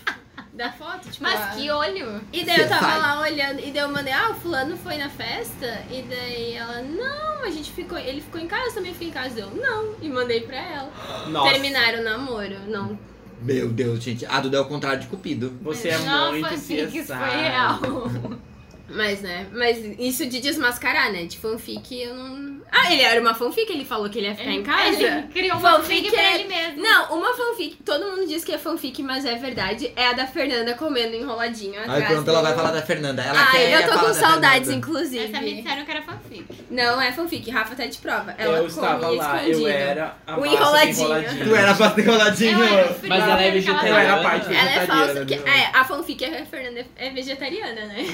Speaker 2: da foto. Tipo, a-
Speaker 5: Mas que olho.
Speaker 2: E daí eu tava
Speaker 1: Sai.
Speaker 2: lá olhando, e daí eu mandei, ah, o fulano foi na festa? E daí ela, não, a gente ficou, ele ficou em casa, também fiquei em casa. Eu, não, e mandei pra ela.
Speaker 4: Nossa.
Speaker 2: Terminaram o namoro, não.
Speaker 1: Meu Deus, gente. A Duda é o contrário de Cupido.
Speaker 4: Você é
Speaker 5: não,
Speaker 4: muito
Speaker 5: fanfic, isso foi
Speaker 4: CSI.
Speaker 5: real.
Speaker 2: Mas, né, mas isso de desmascarar, né, de fanfic, eu não... Ah, ele era uma fanfic, ele falou que ele ia ficar em casa?
Speaker 5: Ele criou uma
Speaker 2: Fanfic
Speaker 5: Tá fanfic pra
Speaker 2: é-
Speaker 5: ele mesmo.
Speaker 2: Não, uma fanfic, todo mundo diz que é fanfic, mas é verdade, é a da Fernanda comendo enroladinho atrás
Speaker 1: Ai, pronto, ela
Speaker 2: do-
Speaker 1: vai falar da Fernanda. Ela
Speaker 2: Ai,
Speaker 1: quer
Speaker 2: eu tô
Speaker 1: falar
Speaker 2: com
Speaker 1: da
Speaker 2: saudades,
Speaker 1: Fernanda.
Speaker 2: inclusive.
Speaker 5: Essa me disseram que era fanfic.
Speaker 2: Não, é fanfic, Rafa tá de prova. Ela
Speaker 4: Eu estava
Speaker 2: comia
Speaker 4: lá,
Speaker 2: escondido.
Speaker 4: eu era a
Speaker 2: O
Speaker 4: massa
Speaker 2: enroladinho.
Speaker 4: enroladinho.
Speaker 1: Tu era pra ter enroladinho.
Speaker 5: Eu era frio,
Speaker 3: Mas ela é
Speaker 5: aquela
Speaker 4: Eu
Speaker 3: vegetariana.
Speaker 4: era a
Speaker 5: hora.
Speaker 4: parte
Speaker 2: Ela é
Speaker 4: vegetariana,
Speaker 2: falsa. Que,
Speaker 4: né?
Speaker 2: é, a fanfic é a Fernanda é vegetariana, né?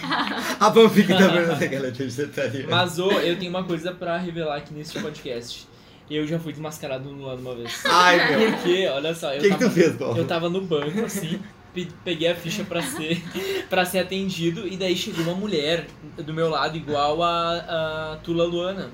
Speaker 1: A fanfic da Fernanda que ela tá tinha vegetariana.
Speaker 3: Mas, ô, eu tenho uma coisa pra revelar aqui neste podcast. Eu já fui desmascarado no lado uma vez.
Speaker 1: Ai, meu. O
Speaker 3: Porque, olha só, eu
Speaker 1: que, que
Speaker 3: tava
Speaker 1: tu fez,
Speaker 3: Eu
Speaker 1: Paulo?
Speaker 3: tava no banco, assim, pe- peguei a ficha pra ser, (laughs) pra ser atendido, e daí chegou uma mulher do meu lado, igual a, a Tula Luana.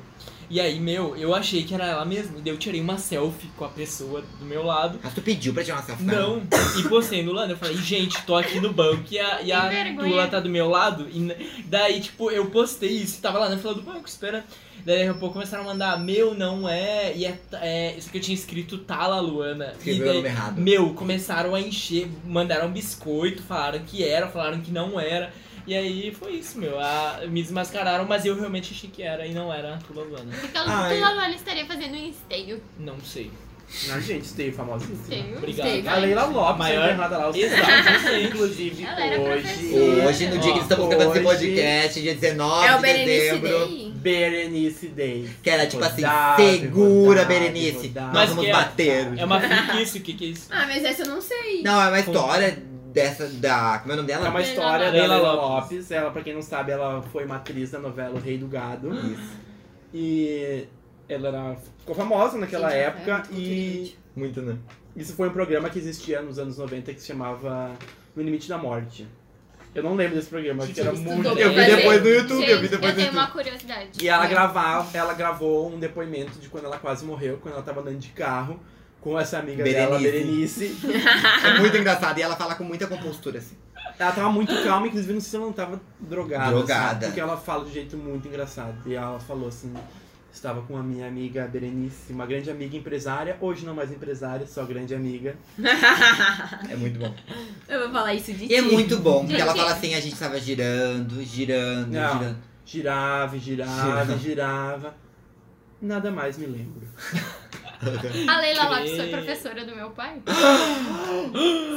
Speaker 3: E aí, meu, eu achei que era ela mesmo, e daí eu tirei uma selfie com a pessoa do meu lado.
Speaker 1: Mas tu pediu pra tirar uma selfie?
Speaker 3: Não, e postei no Luana. Eu falei, gente, tô aqui no banco e a, e a
Speaker 5: Que vergonha.
Speaker 3: Tula tá do meu lado. E n- daí, tipo, eu postei isso, tava lá na fila do banco, esperando. Daí daqui a pouco começaram a mandar, meu, não é, e é, é isso que eu tinha escrito Tala Luana. e
Speaker 1: Escreveu o
Speaker 3: daí,
Speaker 1: nome errado.
Speaker 3: meu, começaram a encher, mandaram biscoito, falaram que era, falaram que não era. E aí foi isso, meu. A- me desmascararam, mas eu realmente achei que era e não era a Tula Luana.
Speaker 5: Então,
Speaker 4: Ai.
Speaker 5: Tula Luana estaria fazendo um esteio.
Speaker 3: Não sei.
Speaker 4: Não, Ah, gente, esteve famosíssima.
Speaker 5: Esteio.
Speaker 3: Obrigado.
Speaker 4: A Leila Lopes,
Speaker 3: Maior-
Speaker 4: maior errada lá. os-
Speaker 3: Exato,
Speaker 4: Inclusive,
Speaker 5: Ela era
Speaker 4: hoje...
Speaker 5: professora.
Speaker 1: Hoje, no dia que estamos gravando esse
Speaker 4: Hoje-
Speaker 1: podcast, dia 19
Speaker 2: é o
Speaker 1: de
Speaker 2: Berenice
Speaker 1: dezembro.
Speaker 2: Day.
Speaker 4: Berenice Day.
Speaker 1: Que era tipo assim,
Speaker 4: Rodada,
Speaker 1: segura,
Speaker 4: rodada,
Speaker 1: Berenice.
Speaker 4: rodada.
Speaker 1: Nós
Speaker 3: Mas
Speaker 1: vamos
Speaker 3: que é-
Speaker 1: bater.
Speaker 3: É uma fiquice, o que, que é isso?
Speaker 2: Ah, mas essa eu não sei.
Speaker 1: Não, é uma história dessa, da... Como é o nome dela?
Speaker 4: É uma
Speaker 5: Leila
Speaker 4: história
Speaker 3: Lopes.
Speaker 4: da Leila
Speaker 3: Leila Lopes.
Speaker 4: Lopes. Ela, pra quem não sabe, ela foi uma atriz da novela O Rei do Gado. E ela era, ficou famosa naquela
Speaker 2: Gente, é
Speaker 4: época.
Speaker 2: muito
Speaker 4: E
Speaker 2: conteúdo.
Speaker 1: Muito, né?
Speaker 4: isso foi um programa que existia nos anos 90 que se chamava No Limite da Morte. Eu não lembro desse programa,
Speaker 3: Gente,
Speaker 4: que era
Speaker 3: ele
Speaker 4: muito...
Speaker 3: estudou
Speaker 1: Eu vi
Speaker 5: é
Speaker 3: Fazer-
Speaker 1: depois no YouTube, eu vi
Speaker 5: Gente,
Speaker 1: depois
Speaker 5: eu
Speaker 1: no
Speaker 5: tenho
Speaker 1: YouTube.
Speaker 5: uma curiosidade.
Speaker 4: E ela,
Speaker 5: É.
Speaker 4: gravava, ela gravou um depoimento de quando ela quase morreu, quando ela tava andando de carro com essa amiga dela,
Speaker 1: Berenice.
Speaker 4: Berenice.
Speaker 1: É muito engraçado. E ela fala com muita compostura, assim.
Speaker 4: Ela tava muito calma, inclusive não sei se ela não tava drogada.
Speaker 1: Drogada.
Speaker 4: sabe? Porque ela fala de um jeito muito engraçado. E ela falou assim: estava com a minha amiga Berenice, uma grande amiga empresária, hoje não mais empresária, só grande amiga.
Speaker 1: (laughs) É muito bom.
Speaker 2: É eu falar isso de
Speaker 1: E é
Speaker 2: ti.
Speaker 1: muito bom, porque ela
Speaker 2: Gente.
Speaker 1: fala assim, a gente tava girando, girando,
Speaker 4: Não.
Speaker 1: girando.
Speaker 4: Girava, girava,
Speaker 1: Girava.
Speaker 4: girava. Nada mais me lembro.
Speaker 5: A Leila Lopes
Speaker 3: Que-
Speaker 5: foi professora do meu pai?
Speaker 2: Né?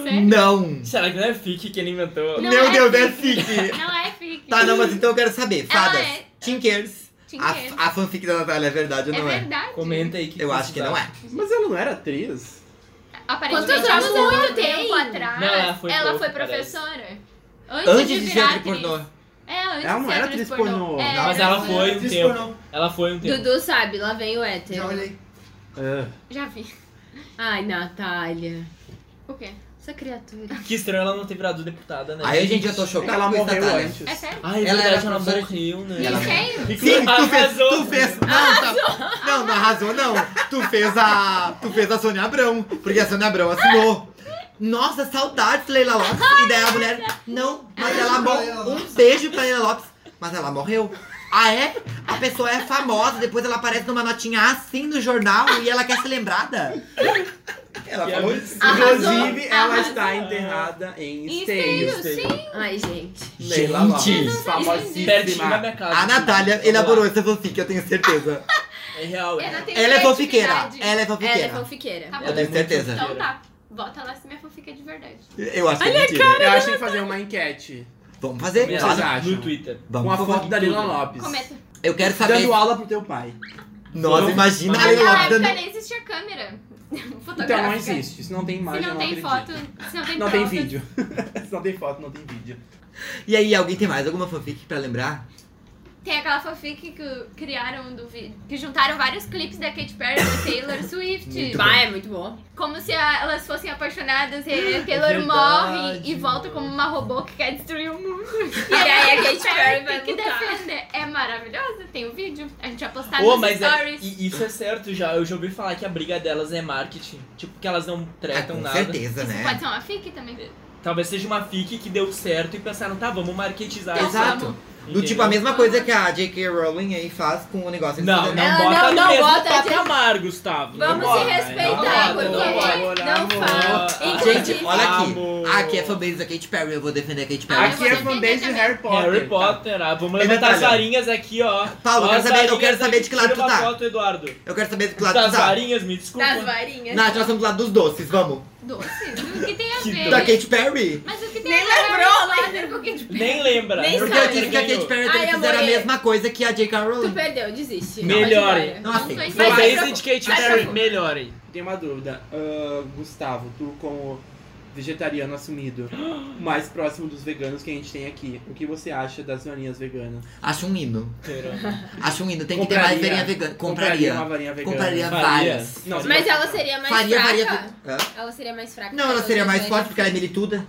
Speaker 5: Sério?
Speaker 1: Não!
Speaker 3: Será que não é fique que ele inventou?
Speaker 5: Não
Speaker 1: Meu
Speaker 5: é
Speaker 1: Deus, é
Speaker 5: fic.
Speaker 1: fic!
Speaker 5: Não é fique.
Speaker 1: Tá, não, mas então eu quero saber.
Speaker 5: Ela
Speaker 1: Fadas,
Speaker 5: é-
Speaker 1: Tinkers. A, a fanfic da Natália é verdade ou
Speaker 5: É
Speaker 1: não é?
Speaker 5: verdade.
Speaker 3: Comenta aí que tá-
Speaker 1: Eu acho que não é.
Speaker 4: Mas ela não era atriz?
Speaker 5: Aparentemente,
Speaker 2: Quantos
Speaker 5: há
Speaker 2: anos ela
Speaker 5: muito
Speaker 2: tem?
Speaker 5: tempo atrás,
Speaker 3: Não, ela foi pouco, parece.
Speaker 5: professora.
Speaker 1: Antes de ser
Speaker 5: virar
Speaker 1: atriz pornô.
Speaker 5: É, antes
Speaker 4: Ela não
Speaker 5: de ser
Speaker 4: era
Speaker 5: atriz
Speaker 4: atriz pornô.
Speaker 5: pornô.
Speaker 4: Não,
Speaker 5: É,
Speaker 3: mas
Speaker 5: era
Speaker 3: ela
Speaker 5: atriz-
Speaker 3: foi um
Speaker 6: Atriz
Speaker 3: tempo.
Speaker 6: pornô.
Speaker 3: Ela foi um tempo.
Speaker 2: Dudu sabe, lá vem o hétero.
Speaker 6: Já olhei.
Speaker 1: É.
Speaker 4: Ah,
Speaker 5: Já vi.
Speaker 2: Ai, Natália.
Speaker 5: O quê?
Speaker 2: Essa criatura.
Speaker 3: Que estranho ela não ter virado deputada, né?
Speaker 1: Aí, gente, eu tô
Speaker 4: é que
Speaker 1: chocada
Speaker 4: ela
Speaker 1: com isso,
Speaker 4: morreu
Speaker 1: Natália.
Speaker 4: antes.
Speaker 5: É sério?
Speaker 3: Ai, é
Speaker 1: Ela
Speaker 3: verdade,
Speaker 1: era
Speaker 3: ela
Speaker 1: professora de-
Speaker 3: morreu, né?
Speaker 1: E
Speaker 5: Ela...
Speaker 1: Ela-
Speaker 5: Sério?
Speaker 1: Sim, tu fez,
Speaker 3: Arrasou.
Speaker 1: tu fez. Não, tá- não, não arrasou, não. Tu fez a. Tu fez a Sônia Abrão, porque a Sônia Abrão assinou. Nossa, saudades, Leila Lopes. E daí a mulher. Não, mas ela morreu. Um beijo pra Leila Lopes. Mas ela morreu. Ah, é? A pessoa é famosa, depois ela aparece numa notinha assim no jornal e ela quer ser lembrada. Ela
Speaker 3: Que
Speaker 1: falou
Speaker 3: absurdo.
Speaker 1: isso.
Speaker 2: Arrasou,
Speaker 4: Inclusive, ela
Speaker 5: arrasou.
Speaker 4: está enterrada em
Speaker 5: Em
Speaker 4: Esteio.
Speaker 5: Esteio, sim.
Speaker 2: Ai, gente.
Speaker 1: Gente.
Speaker 4: Leila Lopes,
Speaker 3: Pertinho da
Speaker 4: famosíssima.
Speaker 3: minha casa.
Speaker 1: A Natália
Speaker 3: Vamos lá.
Speaker 1: elaborou essa fanfic, eu tenho certeza.
Speaker 3: É real, é.
Speaker 5: Eu não
Speaker 3: real.
Speaker 5: tenho
Speaker 1: Ela é fanfiqueira.
Speaker 5: criatividade.
Speaker 1: Ela é
Speaker 2: Ela é
Speaker 1: fanfiqueira.
Speaker 2: fanfiqueira.
Speaker 5: Tá bom.
Speaker 1: Eu tenho certeza.
Speaker 5: Então tá. Bota lá se minha fanfica é de verdade.
Speaker 1: Eu acho que é mentira.
Speaker 4: Eu acho que tem que fazer uma enquete
Speaker 1: Vamos fazer?
Speaker 3: Vocês
Speaker 1: Claro.
Speaker 4: acham?
Speaker 3: No Twitter.
Speaker 4: com
Speaker 1: Vamos
Speaker 4: a foto da Lila
Speaker 3: tudo.
Speaker 4: Lopes. Tá
Speaker 5: Comenta.
Speaker 1: Eu quero saber.
Speaker 4: Dando aula pro teu pai.
Speaker 1: Nossa, imagina a Leila
Speaker 5: Naquela
Speaker 1: Lopes
Speaker 5: época
Speaker 1: dando.
Speaker 5: nem existia câmera (laughs) fotográfica.
Speaker 4: Então não existe. Isso não tem
Speaker 5: Se
Speaker 4: imagem,
Speaker 5: não
Speaker 4: eu
Speaker 5: tem
Speaker 4: acredito.
Speaker 5: foto, se não tem
Speaker 4: Não tem
Speaker 5: prova,
Speaker 4: vídeo. (laughs) Se não tem foto, não tem vídeo.
Speaker 1: E aí, alguém tem mais alguma fanfic pra lembrar?
Speaker 5: Tem aquela fanfic que criaram do vídeo, que juntaram vários clipes da Katy Perry e da Taylor Swift.
Speaker 2: Vai, é muito bom.
Speaker 5: Como se a- elas fossem apaixonadas
Speaker 3: (gasps)
Speaker 5: e a
Speaker 3: É
Speaker 5: Taylor
Speaker 3: verdade,
Speaker 5: morre e volta
Speaker 3: mano.
Speaker 5: como uma robô que quer destruir o mundo.
Speaker 2: E aí a Katy Perry vai
Speaker 5: tem que
Speaker 2: lutar.
Speaker 5: defender. É maravilhosa, tem o vídeo. A gente vai
Speaker 2: Tá
Speaker 5: postar
Speaker 3: Ô,
Speaker 5: nos
Speaker 3: mas é,
Speaker 5: stories.
Speaker 3: e isso é certo já. Eu já ouvi falar que a briga delas é marketing. Tipo, que elas não
Speaker 1: Ah,
Speaker 3: tretam
Speaker 1: com
Speaker 3: nada.
Speaker 1: certeza,
Speaker 5: Isso pode
Speaker 1: né?
Speaker 5: ser uma fic também.
Speaker 3: Talvez seja uma fic que deu certo e pensaram, tá, vamos marketizar
Speaker 5: Então,
Speaker 3: isso.
Speaker 1: Exato. Do
Speaker 3: Entendeu?
Speaker 1: tipo a mesma coisa que a J.K. Rowling aí faz com o negócio.
Speaker 3: Não, não
Speaker 2: Ela
Speaker 3: bota
Speaker 2: não-
Speaker 3: no
Speaker 2: não
Speaker 3: mesmo
Speaker 2: bota, gente.
Speaker 3: patamar, Gustavo. Não
Speaker 2: Vamos
Speaker 3: bota,
Speaker 2: se
Speaker 3: né?
Speaker 2: respeitar,
Speaker 3: Não
Speaker 2: por
Speaker 3: bota, não
Speaker 2: favor.
Speaker 3: bota.
Speaker 2: Não fala.
Speaker 3: Ah,
Speaker 1: Gente,
Speaker 2: Inclusive-
Speaker 1: olha aqui.
Speaker 3: Amor.
Speaker 1: Aqui é fanbase da Katy Perry, eu vou defender a Katy
Speaker 5: Ah,
Speaker 1: Perry.
Speaker 4: Aqui é
Speaker 5: vou
Speaker 4: fanbase de
Speaker 5: defender
Speaker 4: Harry Potter.
Speaker 3: Harry
Speaker 4: tá?
Speaker 3: Potter, ah, vamos
Speaker 1: E
Speaker 3: levantar as
Speaker 1: Natália?
Speaker 3: varinhas aqui, ó.
Speaker 1: Paulo, eu
Speaker 3: Ó,
Speaker 1: quero saber-
Speaker 3: as
Speaker 1: eu quero
Speaker 3: varinhas
Speaker 1: saber
Speaker 3: aqui,
Speaker 1: de que lado
Speaker 3: tira
Speaker 1: tu
Speaker 3: uma
Speaker 1: tá.
Speaker 3: foto, Eduardo.
Speaker 1: Eu quero saber do que lado
Speaker 3: Das
Speaker 1: tu tá.
Speaker 3: varinhas, me desculpa.
Speaker 2: Das varinhas.
Speaker 1: Nath, nós estamos do lado dos doces, vamos.
Speaker 5: Doce? O que tem a
Speaker 3: Que
Speaker 5: ver?
Speaker 1: Da Katy Perry.
Speaker 5: Mas o que tem
Speaker 2: Nem
Speaker 5: a ver
Speaker 2: lembrou, né?
Speaker 5: Harry Potter com o Katy Perry?
Speaker 3: Nem lembra.
Speaker 2: Nem
Speaker 1: Porque
Speaker 2: sabe.
Speaker 1: eu disse que a Katy Perry
Speaker 2: Ai,
Speaker 1: deve fizeram a
Speaker 2: amor, é.
Speaker 1: mesma coisa que a J.K.
Speaker 2: Tu
Speaker 1: Rowling.
Speaker 2: perdeu, desiste.
Speaker 3: Melhor.
Speaker 2: Pode ir embora.
Speaker 1: Não
Speaker 5: Não
Speaker 1: aceito.
Speaker 5: sei se
Speaker 1: Vai,
Speaker 5: vai
Speaker 1: vai.
Speaker 3: Fanbase de Katy
Speaker 2: Vai,
Speaker 3: Perry,
Speaker 2: vai.
Speaker 3: melhorem.
Speaker 4: Tem uma dúvida. Ah, Gustavo, tu como vegetariano assumido, (gasps) o mais próximo dos veganos que a gente tem aqui, o que você acha das varinhas veganas?
Speaker 1: Acho um hino. Acho um hino. Tem que ter mais
Speaker 4: Compraria.
Speaker 1: varinha vegana.
Speaker 4: uma
Speaker 1: Compraria.
Speaker 4: varinha vegana.
Speaker 1: Compraria
Speaker 3: Faria.
Speaker 1: várias.
Speaker 4: Não,
Speaker 2: Mas ela seria mais
Speaker 1: Faria,
Speaker 2: fraca.
Speaker 1: faria. Hã?
Speaker 2: Ela seria mais fraca.
Speaker 1: Não,
Speaker 2: que
Speaker 1: ela
Speaker 2: as
Speaker 1: seria
Speaker 2: outras
Speaker 1: mais
Speaker 2: duas.
Speaker 1: forte porque ela é milituda.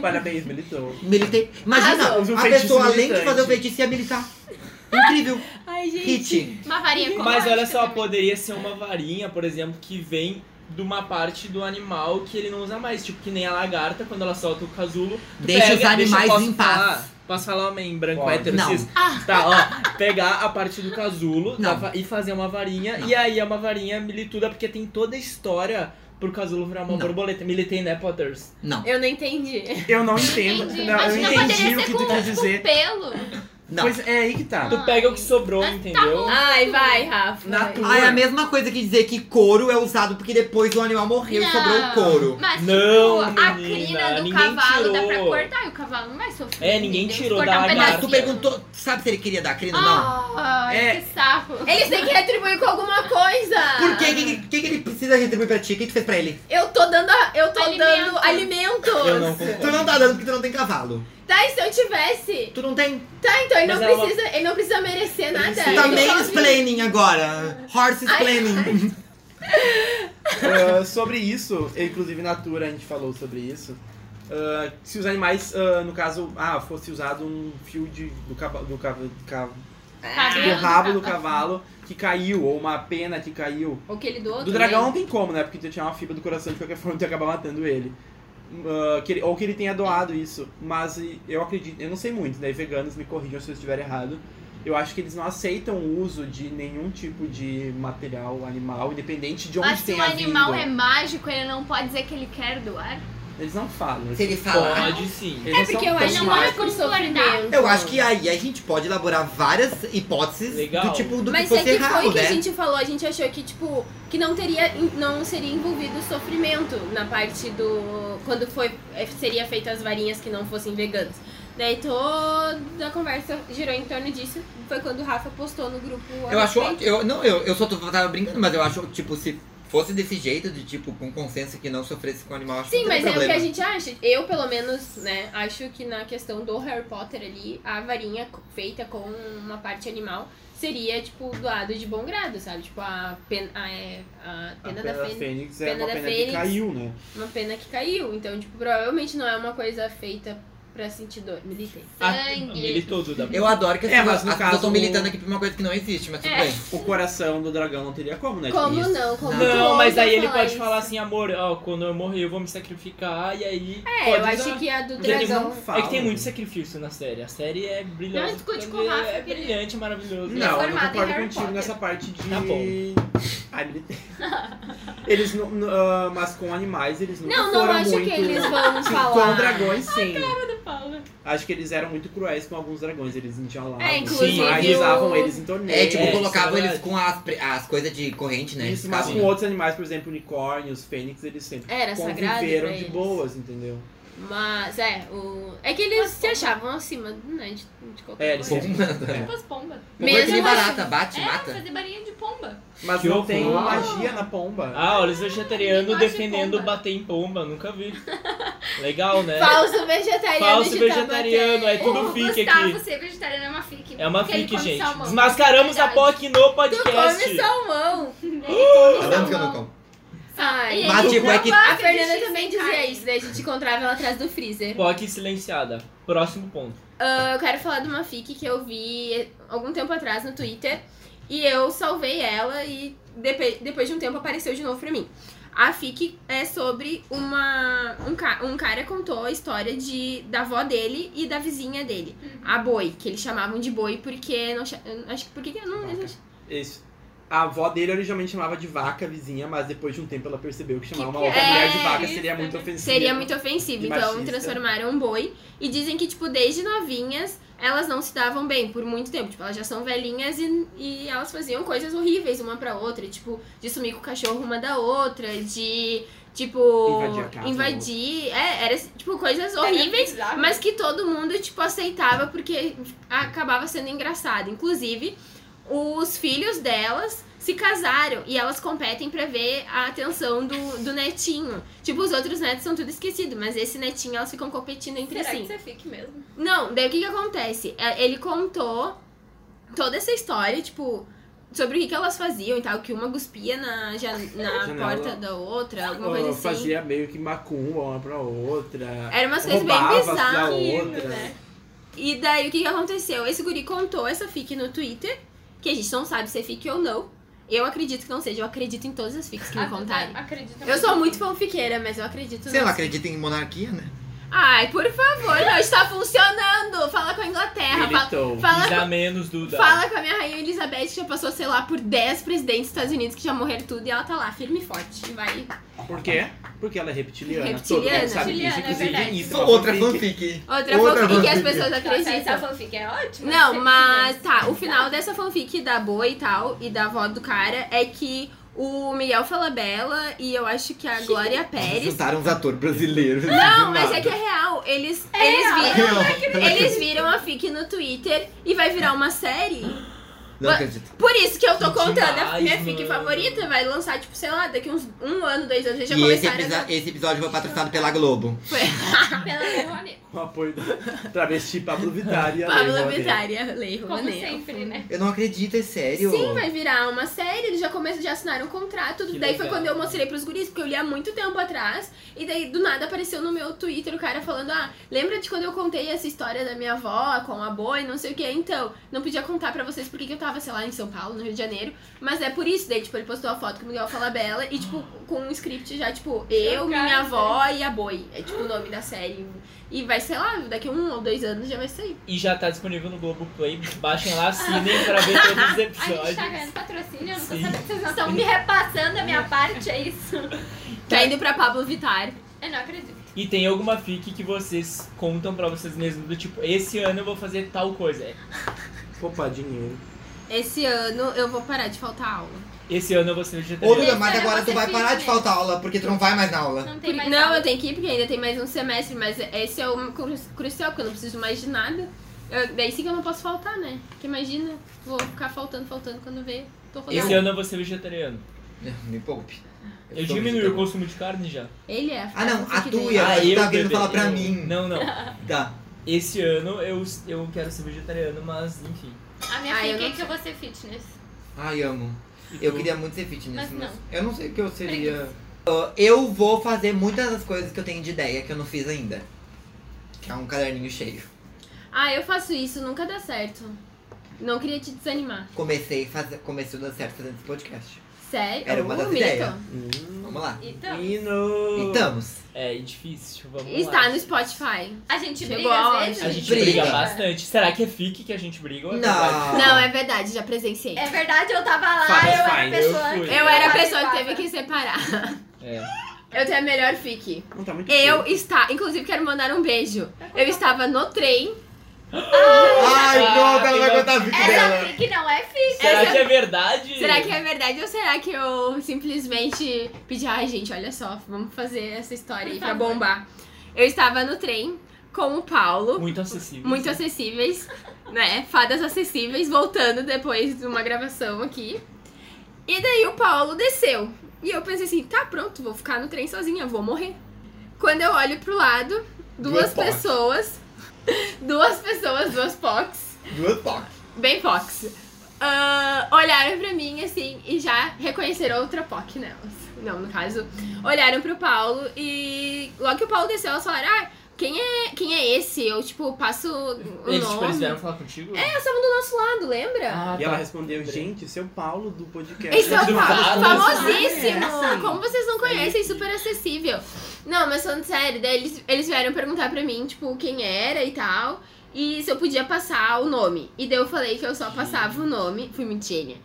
Speaker 4: Parabéns, militou.
Speaker 1: Militei. Imagina,
Speaker 4: Arrasou. Usa um
Speaker 1: a
Speaker 4: feitiço
Speaker 1: pessoa além de
Speaker 4: militante.
Speaker 1: fazer o feitiço ia militar. Incrível.
Speaker 2: Ai, gente.
Speaker 1: Hit.
Speaker 5: Uma varinha né? com
Speaker 3: Mas olha só,
Speaker 5: também.
Speaker 3: poderia ser uma varinha, por exemplo, que vem de uma parte do animal que ele não usa mais. Tipo, que nem a lagarta, quando ela solta o casulo. tu
Speaker 1: Deixa os animais
Speaker 3: posso
Speaker 1: em paz.
Speaker 3: falar? Posso falar homem branco
Speaker 4: Pode.
Speaker 3: hétero
Speaker 1: Não.
Speaker 3: cis?
Speaker 5: Ah.
Speaker 3: Tá, ó. Pegar a parte do casulo
Speaker 1: Não.
Speaker 3: da va- e fazer uma varinha.
Speaker 1: Não.
Speaker 3: E aí é uma varinha milituda, porque tem toda a história pro casulo virar uma
Speaker 1: Não.
Speaker 3: borboleta. Militei, né, Potters?
Speaker 1: Não,
Speaker 2: Eu não entendi.
Speaker 4: Eu não entendo.
Speaker 5: Entendi.
Speaker 4: Não,
Speaker 5: Mas
Speaker 4: eu
Speaker 5: não
Speaker 4: entendi
Speaker 5: poderia
Speaker 4: o
Speaker 5: ser
Speaker 4: que tu tá
Speaker 5: com-
Speaker 4: quis dizer.
Speaker 5: Pelo?
Speaker 1: não.
Speaker 4: Pois é aí que tá.
Speaker 3: Tu pega o que sobrou,
Speaker 5: Ah, Mas tá
Speaker 3: entendeu?
Speaker 2: Ai, vai, Rafa.
Speaker 4: Na
Speaker 2: vai.
Speaker 4: tua-
Speaker 1: Ah, é a mesma coisa que dizer que couro é usado porque depois o animal morreu e
Speaker 5: Não.
Speaker 1: sobrou o couro.
Speaker 5: Mas
Speaker 3: Não,
Speaker 5: tipo, a
Speaker 3: menina,
Speaker 5: crina do
Speaker 3: ninguém
Speaker 5: cavalo dá pra
Speaker 3: tirou.
Speaker 5: cortar e o cavalo não vai sofrer.
Speaker 3: É, ninguém
Speaker 5: entendeu? Se
Speaker 3: tirou
Speaker 5: cortar um
Speaker 3: da
Speaker 1: Mas
Speaker 3: lagarta.
Speaker 1: tu
Speaker 5: pedacinho.
Speaker 1: perguntou, sabe se ele queria dar crina ou não?
Speaker 5: Ah,
Speaker 4: É.
Speaker 5: que saco.
Speaker 2: Eles têm que retribuir com alguma coisa.
Speaker 1: Por quê? O que, que, que ele precisa retribuir pra ti? O que tu fez pra ele?
Speaker 2: Eu tô dando, a- eu tô
Speaker 5: Alimento.
Speaker 2: dando alimentos.
Speaker 3: Eu não
Speaker 1: Tu
Speaker 3: concordo.
Speaker 1: não tá dando porque tu não tem cavalo.
Speaker 2: Tá, e se eu tivesse?
Speaker 1: Tu não tem.
Speaker 2: Tá, então ele
Speaker 3: Mas
Speaker 2: não
Speaker 3: ela-
Speaker 2: precisa, ele não precisa merecer nada.
Speaker 1: Tu
Speaker 3: Precisa.
Speaker 1: tá
Speaker 2: Ele É, só vive.
Speaker 1: mansplaining agora. Horse explaining.
Speaker 4: Ah, sobre isso, inclusive na Natura a gente falou sobre isso. Ah, se os animais, ah, no caso, ah, fosse usado um fio de, do, cava- do, cava- ca-
Speaker 2: É.
Speaker 4: do
Speaker 5: Cabelo
Speaker 4: rabo do
Speaker 5: cavalo.
Speaker 4: cavalo que caiu, ou uma pena que caiu.
Speaker 2: Ou que ele do outro.
Speaker 4: Do dragão não tem como, né? Porque tu ia tirar uma fibra do coração de qualquer forma tu ia acabar matando ele. Ah, que ele- Ou que ele tenha doado isso. Mas e, eu acredito, eu não sei muito, né? Veganos me corrijam se eu estiver errado. Eu acho que eles não aceitam o uso de nenhum tipo de material animal, independente de onde
Speaker 5: Mas se
Speaker 4: tenha
Speaker 5: um animal
Speaker 4: vindo.
Speaker 5: é mágico, ele não pode dizer que ele quer doar?
Speaker 4: Eles não falam. eles
Speaker 1: Se ele falar.
Speaker 3: Pode sim.
Speaker 4: Eles não
Speaker 2: Porque eu
Speaker 4: são tão
Speaker 2: acho que não
Speaker 4: má-
Speaker 2: é
Speaker 5: mais
Speaker 2: por
Speaker 5: concordar.
Speaker 2: sofrimento.
Speaker 1: Eu acho que aí a gente pode elaborar várias hipóteses
Speaker 3: Legal.
Speaker 1: do tipo do
Speaker 2: Mas
Speaker 1: que
Speaker 2: é
Speaker 1: fosse
Speaker 2: que foi
Speaker 1: errado,
Speaker 2: o que
Speaker 1: né?
Speaker 2: a gente falou, a gente achou que, tipo, que não teria, não seria envolvido o sofrimento na parte do. Quando foi, é, seria feitas as varinhas que não fossem veganas. Daí toda a conversa girou em torno disso. Foi quando o Rafa postou no grupo. a
Speaker 1: Eu acho.
Speaker 2: respeito.
Speaker 1: Eu, não, eu, eu só tô, tava brincando, mas eu acho, tipo, se fosse desse jeito, de tipo, com consenso que não sofresse com o animal, acho que
Speaker 2: Sim,
Speaker 1: não
Speaker 2: mas
Speaker 1: tem
Speaker 2: é o que
Speaker 1: problema.
Speaker 2: a gente acha. Eu, pelo menos, né, acho que na questão do Harry Potter ali, a varinha co- feita com uma parte animal seria, tipo, doado de bom grado, sabe? Tipo, a pena, a, é, a
Speaker 4: A
Speaker 2: pena
Speaker 4: pena
Speaker 2: da
Speaker 4: da
Speaker 2: pena.
Speaker 4: Fênix é
Speaker 2: pena
Speaker 4: uma
Speaker 2: da
Speaker 4: pena que
Speaker 2: Fênix.
Speaker 4: caiu, né?
Speaker 2: uma pena que caiu. Então, tipo, provavelmente não é uma coisa feita pra sentir dor. Militei.
Speaker 3: Ah,
Speaker 5: Sangue.
Speaker 3: militou, Duda.
Speaker 1: Eu adoro que as
Speaker 4: É,
Speaker 1: pessoas-
Speaker 4: mas no
Speaker 1: as pessoas
Speaker 4: caso-
Speaker 1: estão militando aqui pra uma coisa que não existe, mas tudo
Speaker 5: É.
Speaker 1: bem.
Speaker 4: O coração do dragão não teria como, né?
Speaker 2: Como
Speaker 4: Isso.
Speaker 2: não? Como tu
Speaker 3: Não, mas
Speaker 5: então
Speaker 2: ousa
Speaker 3: aí ele
Speaker 2: falar
Speaker 3: pode
Speaker 2: isso?
Speaker 3: falar assim, amor, ó, quando eu morrer eu vou me sacrificar, e aí...
Speaker 2: É,
Speaker 3: pode
Speaker 2: eu
Speaker 3: usar.
Speaker 2: acho que a do
Speaker 3: Porque eles
Speaker 2: dragão.
Speaker 4: não falam.
Speaker 3: É que tem muito sacrifício na série. A série é brilhosa.
Speaker 5: Não, discute com o
Speaker 3: é-
Speaker 5: Rafa,
Speaker 3: É
Speaker 5: querido.
Speaker 3: brilhante, maravilhoso.
Speaker 5: é
Speaker 4: Não, eu não
Speaker 5: formado em
Speaker 4: concordo
Speaker 5: Harry
Speaker 4: contigo
Speaker 5: Potter.
Speaker 4: nessa parte de.
Speaker 3: Tá
Speaker 4: Ai, me-
Speaker 2: (laughs)
Speaker 4: eles não. n- ah, mas com animais eles nunca
Speaker 2: Não, não
Speaker 4: foram
Speaker 2: acho
Speaker 4: muito.
Speaker 2: que eles
Speaker 3: (laughs)
Speaker 2: vão
Speaker 4: Sim,
Speaker 2: falar.
Speaker 4: com dragões, sim. Acho que eles eram muito cruéis com alguns dragões. Eles enjaulavam.
Speaker 5: É,
Speaker 3: inclusive
Speaker 4: mas
Speaker 3: o-
Speaker 4: usavam eles em torneios.
Speaker 1: É, tipo,
Speaker 3: isso é
Speaker 1: colocavam eles
Speaker 3: verdade.
Speaker 1: com as, pre- as coisas de corrente, né?
Speaker 4: Isso,
Speaker 1: de
Speaker 4: mas
Speaker 1: cabo.
Speaker 4: com outros animais, por exemplo, unicórnios, fênix, eles sempre
Speaker 2: Era É, sagrado. pra
Speaker 4: conviveram de
Speaker 2: eles.
Speaker 4: boas, entendeu?
Speaker 2: Mas é, o. É que eles se achavam acima né, de, de qualquer
Speaker 4: É, eles
Speaker 2: coisa.
Speaker 1: Pô,
Speaker 4: sempre.
Speaker 1: mano.
Speaker 4: É.
Speaker 5: Pompas Tipo pomba.
Speaker 1: Pomba é que nem
Speaker 2: Mesmo assim,
Speaker 1: barata, bate,
Speaker 5: É,
Speaker 1: mata.
Speaker 5: fazer barinha de pomba.
Speaker 4: Mas
Speaker 3: Que
Speaker 4: não tem
Speaker 3: horror.
Speaker 4: magia na pomba.
Speaker 3: Ah, olha, os vegetarianos
Speaker 5: Gosta de
Speaker 3: defendendo
Speaker 5: pomba.
Speaker 3: bater em pomba,
Speaker 5: (laughs)
Speaker 3: nunca vi. Legal, né?
Speaker 2: Falso vegetariano.
Speaker 3: Falso
Speaker 2: de
Speaker 3: vegetariano, é
Speaker 2: Taubaté.
Speaker 3: tudo
Speaker 5: tá o
Speaker 3: fique
Speaker 5: Gustavo
Speaker 3: aqui.
Speaker 5: ser vegetariano é uma fique.
Speaker 3: É uma
Speaker 5: Porque ele
Speaker 3: fic,
Speaker 5: come
Speaker 3: gente.
Speaker 5: salmão.
Speaker 3: Desmascaramos a
Speaker 5: Verdade.
Speaker 3: POC no
Speaker 2: Tu come
Speaker 3: podcast.
Speaker 2: salmão. um
Speaker 1: Tanto Tá que eu não como.
Speaker 2: Ai,
Speaker 1: Mas, tipo, é que-
Speaker 2: a
Speaker 5: gosta de
Speaker 2: Fernanda
Speaker 5: cheese
Speaker 2: também
Speaker 5: sem
Speaker 2: dizia
Speaker 5: carne.
Speaker 2: isso, daí a gente encontrava ela atrás do freezer.
Speaker 3: POC silenciada. Próximo ponto.
Speaker 2: Ah, eu quero falar de uma fic que eu vi algum tempo atrás no Twitter. E eu salvei ela e depe- depois de um tempo apareceu de novo pra mim. A fic é sobre uma. Um, ca- um cara contou a história de, da avó dele e da vizinha dele. A boi, que eles chamavam de boi porque. Não, cha- eu acho que porque eu não.
Speaker 4: Vaca. Isso. A avó dele originalmente chamava de vaca vizinha, mas depois de um tempo ela percebeu que chamar
Speaker 5: Que
Speaker 4: uma
Speaker 5: que
Speaker 4: outra
Speaker 2: é
Speaker 4: mulher de vaca
Speaker 5: isso,
Speaker 4: seria muito
Speaker 5: né?
Speaker 4: ofensivo.
Speaker 2: Seria muito ofensivo.
Speaker 4: E
Speaker 2: Então
Speaker 4: machista.
Speaker 2: transformaram um boi. E dizem que, tipo, desde novinhas elas não se davam bem por muito tempo. Tipo, elas já são velhinhas e, e elas faziam coisas horríveis uma pra outra. Tipo, de sumir com o cachorro uma da outra, de. Tipo,
Speaker 4: Invadir a casa da
Speaker 2: invadir. É, era tipo coisas horríveis. Mas que todo mundo, tipo, aceitava porque acabava sendo engraçado. Inclusive, os filhos delas se casaram e elas competem pra ver a atenção do, do netinho. Tipo, os outros netos são tudo esquecidos, mas esse netinho elas ficam competindo entre assim. si.
Speaker 5: Será que você é fique mesmo?
Speaker 2: Não, daí o que que acontece? É, Ele contou toda essa história, tipo, sobre o que, que elas faziam e tal, que uma cuspia na, ja- na
Speaker 4: Janela.
Speaker 2: porta da outra, alguma coisa
Speaker 4: Ela
Speaker 2: assim.
Speaker 4: Fazia meio que macumba uma pra outra.
Speaker 2: Era umas coisas bem né?
Speaker 4: Roubava da
Speaker 2: bizarras.
Speaker 4: outra.
Speaker 2: E daí o que, que aconteceu? Esse guri contou essa fic no Twitter, que a gente não sabe se é fic ou não. Eu acredito que não seja, eu acredito em todas as fics
Speaker 5: Ah,
Speaker 2: que me
Speaker 5: tá,
Speaker 2: contarem.
Speaker 5: Acredito
Speaker 2: Eu sou muito fanfiqueira, mas eu acredito
Speaker 1: Você não
Speaker 2: nisso.
Speaker 1: acredita em monarquia, né?
Speaker 2: Ai, por favor, não está funcionando! Fala com a Inglaterra, fala,
Speaker 4: Militou.
Speaker 2: fala
Speaker 3: Pisa menos, Duda.
Speaker 2: Fala com a minha rainha Elizabeth, que já passou, sei lá, por 10 presidentes dos Estados Unidos que já morreram tudo e ela tá lá, firme e forte. E vai.
Speaker 4: Por quê? Porque ela é reptiliana. Todo
Speaker 2: Reptiliana.
Speaker 4: mundo sabe disso.
Speaker 5: Reptiliana, é
Speaker 4: Inclusive,
Speaker 5: verdade.
Speaker 4: isso. é uma
Speaker 1: Outra
Speaker 4: fanfic.
Speaker 1: fanfic.
Speaker 2: Outra,
Speaker 1: Outra
Speaker 2: fanfic que as
Speaker 1: fanfic.
Speaker 2: pessoas
Speaker 5: Nossa, essa
Speaker 2: acreditam.
Speaker 5: fanfic é ótima.
Speaker 2: Não,
Speaker 5: Sempre
Speaker 2: mas
Speaker 5: tivemos.
Speaker 2: tá, o
Speaker 5: (laughs)
Speaker 2: final dessa fanfic da Boa e tal, e da avó do cara, é que o Miguel Falabella e eu acho que a Glória
Speaker 1: Eles
Speaker 2: Pérez.
Speaker 1: juntaram os atores brasileiros. assim,
Speaker 2: Não, mas é que é real. Eles, eles
Speaker 1: (laughs)
Speaker 2: viram.
Speaker 1: Real.
Speaker 2: Eles viram a fic no Twitter e vai virar uma série.
Speaker 1: Não acredito.
Speaker 2: Por isso que eu tô
Speaker 3: Que
Speaker 2: contando é a
Speaker 3: demais,
Speaker 2: minha fic
Speaker 3: mano.
Speaker 2: favorita. Vai lançar, tipo, sei lá, daqui uns um ano, dois anos, eles já
Speaker 1: E esse,
Speaker 2: começaram.
Speaker 1: episo-
Speaker 5: né?
Speaker 1: esse episódio foi patrocinado pela Globo.
Speaker 2: Foi (laughs) tá.
Speaker 5: Pela Rony.
Speaker 4: Com o um apoio do travesti Pablo Vittar e a Lei
Speaker 2: Pablo
Speaker 4: Rouanet.
Speaker 2: Vittar e a Lei
Speaker 5: Como
Speaker 2: Rouanet.
Speaker 5: sempre, né?
Speaker 1: Eu não acredito, é sério.
Speaker 2: Sim, vai virar uma série, eles já começam, já assinaram o contrato.
Speaker 3: Que
Speaker 2: daí foi
Speaker 3: legal.
Speaker 2: quando eu mostrei pros guris, porque eu li há muito tempo atrás. E daí, do nada, apareceu no meu Twitter o cara falando, ah, lembra de quando eu contei essa história da minha avó com a boa e não sei o que? Então, não podia contar pra vocês porque que eu tava, sei lá, em São Paulo, no Rio de Janeiro. Mas é por isso, daí, tipo, ele postou a foto com o Miguel Falabella e, tipo, com um script já, tipo, eu, minha avó e a boi. É, tipo, o nome da série. E vai, sei lá, daqui um ou dois anos já vai sair.
Speaker 3: E já tá disponível no Globoplay. Baixem lá, assinem pra ver
Speaker 2: (laughs)
Speaker 3: todos os
Speaker 5: A gente tá
Speaker 3: episódios.
Speaker 5: ganhando patrocínio, eu não tô
Speaker 3: Sim.
Speaker 5: sabendo Tá que vocês não
Speaker 2: Então,
Speaker 5: estão me repassando a minha parte, é isso?
Speaker 2: Tá indo pra Pablo Vittar.
Speaker 5: Eu não acredito.
Speaker 3: E tem alguma fic que vocês contam pra vocês mesmos, do tipo, esse ano eu vou fazer tal coisa.
Speaker 4: Poupar dinheiro.
Speaker 2: Esse ano eu vou parar de faltar aula.
Speaker 3: Esse ano eu vou ser vegetariano.
Speaker 1: Ô, Duda, mas
Speaker 5: Esse
Speaker 1: agora
Speaker 5: ano
Speaker 1: tu vai
Speaker 5: você né?
Speaker 1: parar
Speaker 5: fica
Speaker 1: de
Speaker 5: mesmo.
Speaker 1: faltar aula, porque tu não vai mais na aula.
Speaker 5: Não tem
Speaker 2: Por-
Speaker 5: mais
Speaker 2: não,
Speaker 5: aula.
Speaker 2: eu tenho que ir porque ainda tem mais um semestre, mas esse é o cru- crucial, porque eu não preciso mais de nada. Eu- daí sim que eu não posso faltar, né? Porque imagina, vou ficar faltando, faltando quando vê. Tô rodando.
Speaker 3: Esse ano eu vou ser vegetariano.
Speaker 1: Me poupe.
Speaker 3: Eu
Speaker 1: sou
Speaker 3: diminui o
Speaker 1: vegetariano.
Speaker 3: consumo de carne já.
Speaker 2: Ele é a
Speaker 1: Ah, não,
Speaker 2: frase que
Speaker 1: a
Speaker 2: dei.
Speaker 1: tua. mas tu tá querendo
Speaker 3: bebê,
Speaker 1: falar pra
Speaker 3: eu-
Speaker 1: mim.
Speaker 3: Não, não.
Speaker 1: Tá.
Speaker 3: Esse ano eu, eu quero ser vegetariano, mas enfim.
Speaker 5: A minha
Speaker 2: Ah, eu
Speaker 5: fica
Speaker 2: não
Speaker 5: é que
Speaker 2: sei.
Speaker 5: eu vou ser fitness.
Speaker 1: Ai, amo.
Speaker 3: E
Speaker 1: Eu
Speaker 3: tu?
Speaker 1: queria muito ser fitness, mas,
Speaker 5: Mas não.
Speaker 1: eu não sei o que eu seria. Ah, eu vou fazer muitas das coisas que eu tenho de ideia que eu não fiz ainda. Que é um caderninho cheio.
Speaker 2: Ah, eu faço isso, nunca dá certo. Não queria te desanimar.
Speaker 1: Comecei, fazer, comecei a dar certo fazendo esse podcast.
Speaker 2: Sério?
Speaker 1: Era uma das
Speaker 2: Mito.
Speaker 1: ideias.
Speaker 4: Hum.
Speaker 1: Vamos lá.
Speaker 5: Então,
Speaker 1: E
Speaker 2: Então,
Speaker 4: Hino.
Speaker 1: estamos.
Speaker 3: É difícil, vamos lá.
Speaker 2: Está no Spotify.
Speaker 5: a gente
Speaker 2: Chegou
Speaker 5: briga
Speaker 2: a
Speaker 5: às
Speaker 2: hora,
Speaker 5: vezes?
Speaker 3: A gente
Speaker 1: Briga.
Speaker 3: briga, bastante. Será que é fic que a gente briga? ou é verdade?
Speaker 1: Não.
Speaker 2: Não, é verdade, já presenciei.
Speaker 5: É verdade, eu tava lá,
Speaker 4: Faz,
Speaker 5: eu
Speaker 4: faz,
Speaker 5: era a pessoa.
Speaker 3: eu fui.
Speaker 2: Eu era a pessoa que teve que separar.
Speaker 3: É.
Speaker 2: Eu tenho a melhor fique.
Speaker 4: Não tá muito
Speaker 2: Eu
Speaker 4: feio.
Speaker 2: está, inclusive quero mandar um beijo. Eu estava no trem.
Speaker 1: Ai,
Speaker 3: Ah,
Speaker 1: pronto, ela vai
Speaker 3: pegou-
Speaker 1: contar a vida
Speaker 5: Essa
Speaker 1: dela.
Speaker 5: fic não é fic.
Speaker 3: Será
Speaker 2: Essa-
Speaker 3: que é verdade?
Speaker 2: Será que é verdade ou será que eu simplesmente pedi, ai gente, olha só, vamos fazer essa história aí
Speaker 5: Por
Speaker 2: pra
Speaker 5: favor.
Speaker 2: bombar. Eu estava no trem com o Paulo,
Speaker 3: Muito acessível.
Speaker 2: muito acessíveis, né? Fadas acessíveis, voltando depois de uma gravação aqui. E daí o Paulo desceu. E eu pensei assim, tá pronto, vou ficar no trem sozinha, vou morrer. Quando eu olho pro lado,
Speaker 1: Duas
Speaker 2: duas
Speaker 1: pocs.
Speaker 2: pessoas, (laughs) duas pessoas, duas pocs
Speaker 1: Duas toques.
Speaker 2: bem Fox. Ah, olharam pra mim assim e já reconheceram outra POC nelas. né? Não, no caso, olharam pro Paulo e logo que o Paulo desceu, elas falaram: ah, quem é, quem é esse? Eu, tipo, passo o
Speaker 3: Eles, tipo,
Speaker 2: nome. É,
Speaker 3: eles vieram falar contigo?
Speaker 1: É.
Speaker 2: Elas estavam do nosso lado, lembra?
Speaker 3: Ah,
Speaker 4: E ela
Speaker 3: tá.
Speaker 4: respondeu, gente, esse é o Paulo do podcast.
Speaker 2: Esse é o
Speaker 3: do
Speaker 2: Paulo,
Speaker 3: Paulo.
Speaker 2: famosíssimo!
Speaker 4: Ah, é.
Speaker 2: Como vocês não conhecem, super acessível. Não, mas falando sério, daí eles, eles vieram perguntar pra mim, tipo, quem era e tal. E se eu podia passar o nome. E daí eu falei que eu só passava o nome. Fui muito gênia.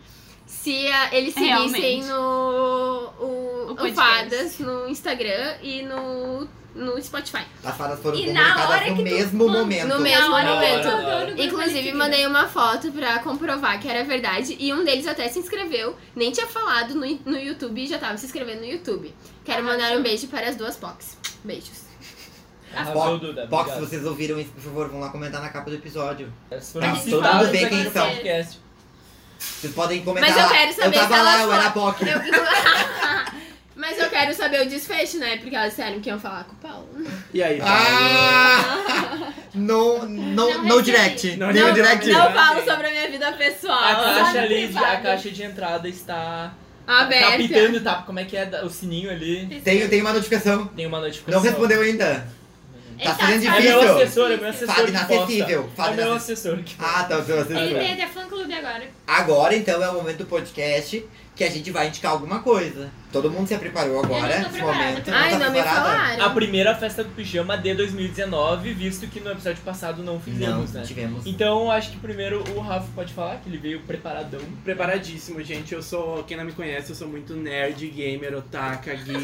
Speaker 2: Se a- eles seguissem
Speaker 5: Realmente.
Speaker 2: no. O,
Speaker 5: O
Speaker 2: o
Speaker 5: podcast.
Speaker 2: Fadas no Instagram e no, no Spotify.
Speaker 1: As fadas foram
Speaker 5: E na hora
Speaker 1: comunicadas
Speaker 5: que
Speaker 1: no
Speaker 5: tu
Speaker 1: mesmo
Speaker 5: manda-
Speaker 1: momento.
Speaker 2: No mesmo
Speaker 5: Na hora que
Speaker 2: momento.
Speaker 5: eu tô no grupo, ele
Speaker 2: Inclusive,
Speaker 5: fica.
Speaker 2: mandei uma foto pra comprovar que era verdade. E um deles até se inscreveu, nem tinha falado no, no YouTube e já tava se inscrevendo no YouTube. Quero mandar um beijo para as duas POCs. Beijos.
Speaker 3: Arrasou, Duda.
Speaker 1: Ah, Box, se
Speaker 3: obrigado.
Speaker 1: vocês ouviram isso, por favor, vão lá comentar na capa do episódio.
Speaker 3: Elas
Speaker 1: Tá,
Speaker 3: foram
Speaker 1: todo
Speaker 3: citadas
Speaker 1: mundo vê
Speaker 3: aqui
Speaker 1: quem são.
Speaker 3: no
Speaker 1: então.
Speaker 3: podcast.
Speaker 1: Vocês podem comentar
Speaker 2: Mas eu
Speaker 1: lá.
Speaker 2: quero saber
Speaker 1: eu tava
Speaker 2: se
Speaker 1: lá,
Speaker 2: elas
Speaker 1: eu era
Speaker 2: foram-
Speaker 1: POC.
Speaker 2: Eu- (laughs) Mas eu quero saber o desfecho, né? Porque elas disseram que iam falar com o Paulo.
Speaker 4: E aí,
Speaker 1: (laughs) Ah! No, no,
Speaker 5: Não
Speaker 1: no
Speaker 5: recebi.
Speaker 1: direct.
Speaker 4: Não,
Speaker 3: é
Speaker 1: Nenhum
Speaker 4: não,
Speaker 1: direct.
Speaker 2: Não falo sobre a minha vida
Speaker 1: Ah,
Speaker 3: A
Speaker 2: pessoal.
Speaker 3: caixa
Speaker 5: no
Speaker 3: ali, de- a
Speaker 5: privado.
Speaker 3: caixa de entrada está tá
Speaker 2: Aberta.
Speaker 3: pitando, tá? Como é que é da- o sininho ali?
Speaker 1: Tem, tem uma notificação.
Speaker 3: Tem uma
Speaker 1: Não
Speaker 3: notificação.
Speaker 1: respondeu ainda.
Speaker 5: Ele
Speaker 1: Tá sendo
Speaker 3: É
Speaker 1: difícil.
Speaker 3: meu assessor, é meu assessor.
Speaker 1: Fada
Speaker 3: que posta.
Speaker 1: inacessível. Fada
Speaker 3: É meu
Speaker 1: inacessível.
Speaker 3: assessor. que
Speaker 1: Ah, tá. Seu
Speaker 5: Ele
Speaker 1: assessor.
Speaker 5: tem até fã clube agora.
Speaker 1: Agora, então, é o momento do podcast que a gente vai indicar alguma coisa. Todo mundo se preparou agora,
Speaker 5: Eu não tô
Speaker 1: nesse
Speaker 5: preparada.
Speaker 1: momento.
Speaker 2: Ai,
Speaker 1: tá
Speaker 2: não me
Speaker 1: preparada?
Speaker 3: A
Speaker 2: falaram.
Speaker 3: primeira festa do pijama de 2019, visto que no episódio passado não fizemos,
Speaker 1: Não, tipo assim.
Speaker 3: né?
Speaker 1: tivemos.
Speaker 3: Então acho que primeiro o Rafa pode falar, que ele veio preparadão.
Speaker 4: Preparadíssimo, gente. Eu sou. Quem não me conhece, eu sou muito nerd, gamer, otaka, (laughs) geek.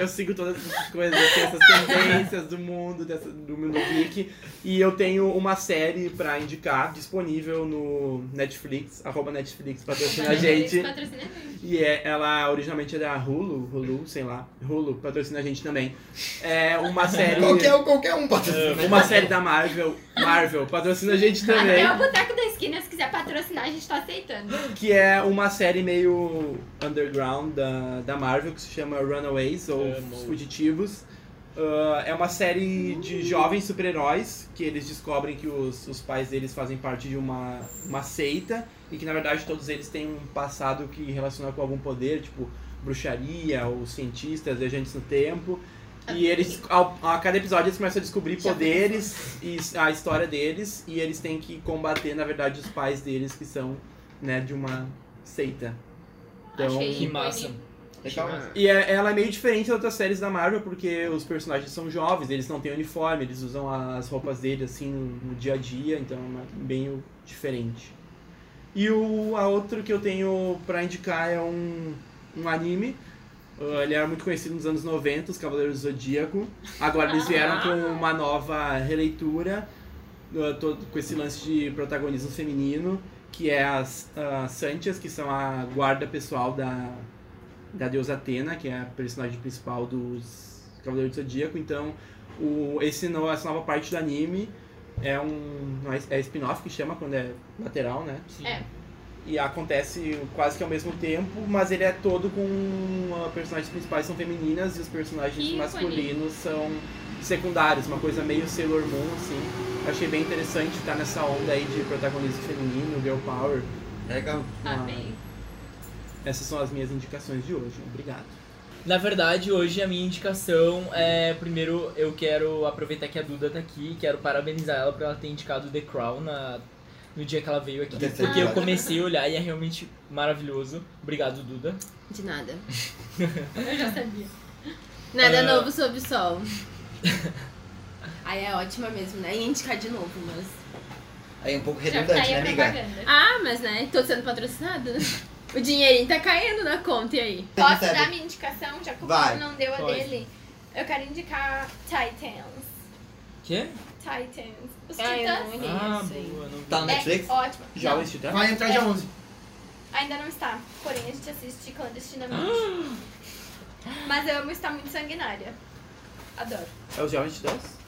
Speaker 4: eu sigo todas essas coisas, assim, essas tendências do mundo, dessa- do mundo geek. E eu tenho uma série pra indicar disponível no Netflix, arroba Netflix (laughs) patrocina a gente.
Speaker 5: Patrocina a gente.
Speaker 4: E é- ela originalmente é da Hulu, Hulu, sei lá. Hulu patrocina a gente também. É uma série. É,
Speaker 1: Qualquer, um- qualquer um pode assistir.
Speaker 4: Uma série da Marvel, Marvel patrocina a gente também.
Speaker 5: Até o Boteco da Esquina, se quiser patrocinar, a gente tá aceitando.
Speaker 4: Que é uma série meio underground da, da Marvel que se chama Runaways ou
Speaker 3: Amo.
Speaker 4: Os Fugitivos. Ah, é uma série de jovens super-heróis que eles descobrem que os, os pais deles fazem parte de uma, uma seita e que na verdade todos eles têm um passado que relaciona com algum poder, tipo bruxaria ou cientistas, viajantes no tempo. E eles, ao- a, cada episódio, eles começam a descobrir
Speaker 5: Já
Speaker 4: poderes e a história deles, e eles têm que combater, na verdade, os pais deles, que são, né, de uma seita. Então,
Speaker 5: Achei.
Speaker 3: Que massa.
Speaker 1: Legal.
Speaker 4: e é- ela é meio diferente das outras séries da Marvel, porque os personagens são jovens, eles não têm uniforme, eles usam as roupas deles assim no, no dia a dia, então é uma- bem o- diferente. E o a outro que eu tenho pra indicar é um, um anime Ah, Ele era muito conhecido nos anos 90, os Cavaleiros do Zodíaco. Agora eles vieram com uma nova releitura, ah, todo- com esse lance de protagonismo feminino, que é as ah, Santias, que são a guarda pessoal da, da deusa Atena, que é a personagem principal dos Cavaleiros do Zodíaco. Então, o, esse, no- essa nova parte do anime é um é spin-off que chama quando é lateral, né?
Speaker 3: Sim.
Speaker 5: É.
Speaker 4: e acontece quase que ao mesmo tempo, mas ele é todo com ah, personagens principais são femininas e os personagens
Speaker 5: Que
Speaker 4: masculinos são secundários, uma coisa meio Sailor Moon assim. Achei bem interessante estar nessa onda aí de protagonismo feminino, girl power.
Speaker 1: Legal.
Speaker 5: Amei.
Speaker 4: Essas são as minhas indicações de hoje. Obrigado.
Speaker 3: Na verdade, hoje a minha indicação é. Primeiro, eu quero aproveitar que a Duda tá aqui, quero parabenizar ela por ela ter indicado The Crown na, no dia que ela veio aqui.
Speaker 1: No terceiro
Speaker 3: Porque eu
Speaker 1: episódio.
Speaker 3: comecei a olhar e é realmente maravilhoso. Obrigado, Duda.
Speaker 2: De nada.
Speaker 5: Eu já sabia.
Speaker 2: Nada é
Speaker 3: Ah.
Speaker 2: novo sob o
Speaker 3: (laughs)
Speaker 2: sol. Aí é ótima mesmo, né? Ia indicar de novo, mas.
Speaker 1: Aí é um pouco
Speaker 5: Já tá
Speaker 1: redundante,
Speaker 5: aí
Speaker 1: né,
Speaker 5: a
Speaker 1: amiga?
Speaker 5: propaganda.
Speaker 2: Ah, mas né? Tô sendo patrocinado. O dinheirinho tá caindo na conta, e aí?
Speaker 1: Você
Speaker 5: Posso
Speaker 1: recebe.
Speaker 5: dar minha indicação, já que o
Speaker 1: Vai.
Speaker 5: Paulo não deu a
Speaker 3: Pode.
Speaker 5: dele? Eu quero indicar Titans.
Speaker 3: Quê?
Speaker 5: Titans. Os
Speaker 2: Ah, eu
Speaker 5: Titãs.
Speaker 2: não
Speaker 3: Ah,
Speaker 2: conheço, hein?
Speaker 3: boa, não vi.
Speaker 1: Tá no Netflix?
Speaker 5: É ótimo.
Speaker 4: Já tá?
Speaker 5: Não,
Speaker 4: o Titã?
Speaker 1: Vai entrar dia 11.
Speaker 5: Ainda não está. Porém, a gente assiste (gasps) clandestinamente. Mas eu amo estar muito sanguinária. Adoro.
Speaker 4: É os Jovens Titãs?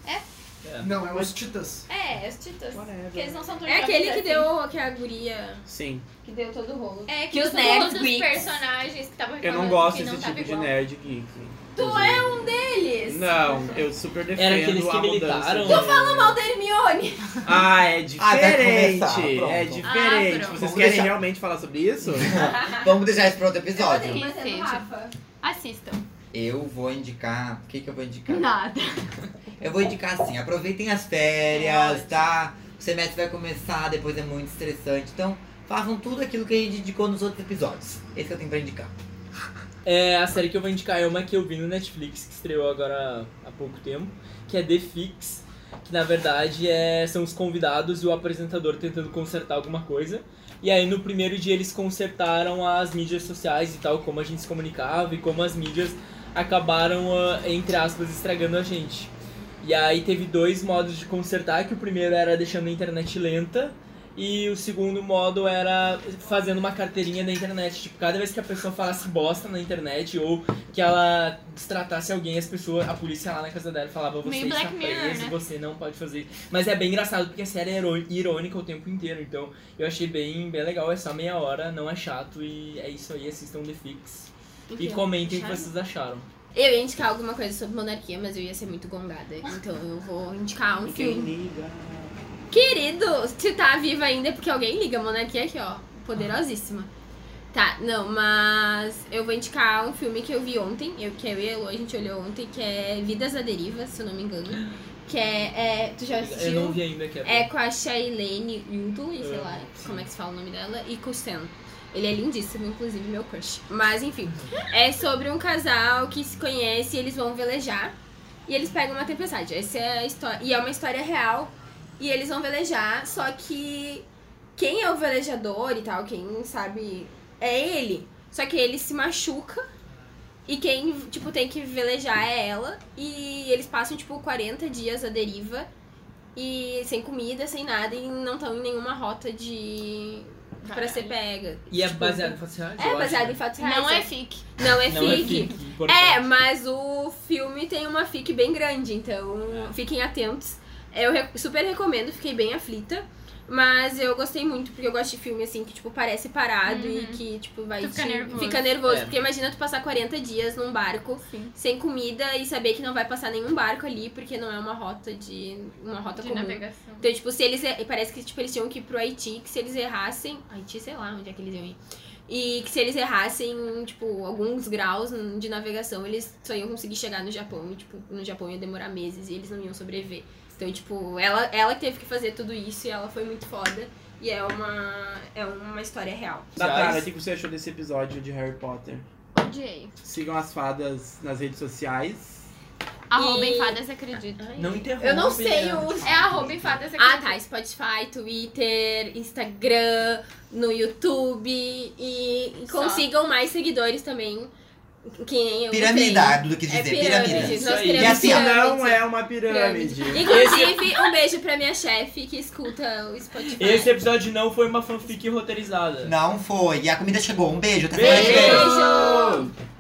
Speaker 6: Não, é os Titãs.
Speaker 5: É, os Titãs.
Speaker 4: Whatever.
Speaker 5: Porque eles não são
Speaker 3: Ah,
Speaker 5: tão
Speaker 2: É
Speaker 5: jovens
Speaker 2: aquele que
Speaker 5: assim.
Speaker 2: deu que a guria.
Speaker 4: Sim.
Speaker 2: Que deu todo o rolo.
Speaker 5: É, que,
Speaker 2: Que
Speaker 5: os
Speaker 2: os nerds
Speaker 5: todos os
Speaker 2: geeks.
Speaker 5: personagens que estavam
Speaker 4: Eu
Speaker 5: reclamando
Speaker 4: não gosto
Speaker 5: que
Speaker 4: desse
Speaker 5: não tá
Speaker 4: tipo
Speaker 5: tava
Speaker 4: de
Speaker 5: igual.
Speaker 4: nerd que.
Speaker 2: Tu é um deles!
Speaker 4: Não, eu super defendo
Speaker 3: Era aqueles que
Speaker 4: a mudança.
Speaker 3: militaram.
Speaker 4: de-
Speaker 3: Tô
Speaker 2: Mal da Hermione!
Speaker 4: (laughs) Ah, é
Speaker 1: Ah, vai
Speaker 4: diferente.
Speaker 1: começar, pronto.
Speaker 4: é diferente.
Speaker 5: Ah, pronto.
Speaker 4: Vocês
Speaker 1: Vamos
Speaker 4: querem
Speaker 1: deixar-
Speaker 4: realmente falar sobre isso?
Speaker 1: Vamos deixar isso pra outro
Speaker 5: Eu
Speaker 1: episódio.
Speaker 5: poderia.
Speaker 2: Ah. Mas é do
Speaker 5: seja.
Speaker 2: Rafa.
Speaker 5: Assistam.
Speaker 1: Eu vou indicar. O que, que eu vou indicar?
Speaker 5: Nada.
Speaker 1: Eu vou indicar assim: aproveitem as férias, tá? O semestre vai começar, depois é muito estressante. Então, façam tudo aquilo que a gente indicou nos outros episódios. Esse que eu tenho pra indicar.
Speaker 3: É, a série que eu vou indicar é uma que eu vi no Netflix, que estreou agora há pouco tempo, que é The Fix, que na verdade é, são os convidados e o apresentador tentando consertar alguma coisa. E aí no primeiro dia eles consertaram as mídias sociais e tal, como a gente se comunicava e como as mídias acabaram, ah, entre aspas, estragando a gente. E aí teve dois modos de consertar, que o primeiro era deixando a internet lenta, e o segundo modo era fazendo uma carteirinha na internet. Tipo, cada vez que a pessoa falasse bosta na internet ou que ela destratasse alguém, as pessoas, a polícia lá na casa dela falava, você
Speaker 5: Meio
Speaker 3: está
Speaker 5: Black Mirror,
Speaker 3: preso,
Speaker 5: né?
Speaker 3: você não pode fazer. isso." Mas é bem engraçado porque a série é irô- irônica o tempo inteiro, então eu achei bem, bem legal, é só meia hora, não é chato e é isso aí, assistam The Fix. E comentem o que vocês acharam.
Speaker 2: Eu ia indicar alguma coisa sobre monarquia, mas eu ia ser muito gongada. Então eu vou indicar um
Speaker 4: Ninguém
Speaker 2: filme.
Speaker 4: liga.
Speaker 2: Querido, se tá viva ainda é porque alguém liga. A monarquia aqui, ó. Poderosíssima. Tá, não, mas eu vou indicar um filme que eu vi ontem, eu, que eu e a Elo, a gente olhou ontem, que é Vidas à Deriva, se eu não me engano. Que é. é, tu já
Speaker 3: Eu
Speaker 2: assistiu?
Speaker 3: não vi ainda que
Speaker 2: É com a Shailene Woodley, sei
Speaker 3: Ah,
Speaker 2: lá
Speaker 3: sim.
Speaker 2: como é que se fala o nome dela, e com o Sam. Ele é lindíssimo, inclusive meu crush. Mas enfim, é sobre um casal que se conhece e eles vão velejar e eles pegam uma tempestade. Essa é a história, e é uma história real e eles vão velejar, só que quem é o velejador e tal, quem sabe é ele. Só que ele se machuca e quem, tipo, tem que velejar é ela e eles passam tipo 40 dias à deriva e sem comida, sem nada, e não estão em nenhuma rota de. pra
Speaker 5: Caralho.
Speaker 2: ser pega.
Speaker 3: E é
Speaker 2: Tipo,
Speaker 3: baseado em fatos reais? eu
Speaker 2: É
Speaker 3: acho,
Speaker 2: baseado
Speaker 3: né?
Speaker 2: em fatos reais.
Speaker 5: Não é fic.
Speaker 2: Não é
Speaker 3: Não é
Speaker 2: fic.
Speaker 3: fic,
Speaker 2: É,
Speaker 3: importante.
Speaker 2: mas o filme tem uma fic bem grande, então
Speaker 3: É.
Speaker 2: fiquem atentos. Eu re- super recomendo, fiquei bem aflita. Mas eu gostei muito, porque eu gosto de filme assim que, tipo, parece parado e
Speaker 5: Uhum.
Speaker 2: que, tipo, vai
Speaker 5: Tu
Speaker 2: te-
Speaker 5: fica nervoso.
Speaker 2: Fica nervoso.
Speaker 3: É.
Speaker 2: Porque imagina tu passar 40 dias num barco
Speaker 5: Sim.
Speaker 2: sem comida e saber que não vai passar nenhum barco ali, porque não é uma rota de. uma rota
Speaker 5: De
Speaker 2: comum.
Speaker 5: navegação.
Speaker 2: Então, tipo, se eles. er- Parece que tipo, eles tinham que ir pro Haiti, que se eles errassem. Haiti, sei lá onde é que eles iam ir. E que se eles errassem, tipo, alguns graus n- de navegação, eles só iam conseguir chegar no Japão. E, tipo, no Japão ia demorar meses e eles não iam sobreviver. Então, tipo, ela, ela que teve que fazer tudo isso e ela foi muito foda. E é uma, é uma história real.
Speaker 4: Tatara,
Speaker 3: Reais.
Speaker 4: o que você achou desse episódio de Harry Potter?
Speaker 5: Odiei.
Speaker 4: Sigam as fadas nas redes sociais.
Speaker 5: Arroba em fadas acredito.
Speaker 3: Não interrompe.
Speaker 2: Eu não sei
Speaker 3: né?
Speaker 2: o
Speaker 5: É arroba em fadas
Speaker 2: Ah,
Speaker 5: acredito.
Speaker 2: tá. Spotify, Twitter, Instagram, no YouTube. E, e
Speaker 5: Só.
Speaker 2: consigam mais seguidores também. Que nem eu
Speaker 1: Piramida, do que
Speaker 2: tenho. É
Speaker 1: dizer,
Speaker 2: pirâmide.
Speaker 1: piramida.
Speaker 3: Isso
Speaker 2: Nós
Speaker 3: aí.
Speaker 2: queremos
Speaker 1: E assim, ó,
Speaker 4: Não
Speaker 2: pirâmide.
Speaker 4: é uma pirâmide.
Speaker 2: Inclusive, um beijo pra minha chefe que escuta o Spotify.
Speaker 3: Esse episódio não foi uma fanfic roteirizada.
Speaker 1: Não foi. E a comida chegou. Um beijo. Até semana que
Speaker 3: é Beijo!
Speaker 1: vem.
Speaker 2: Beijo!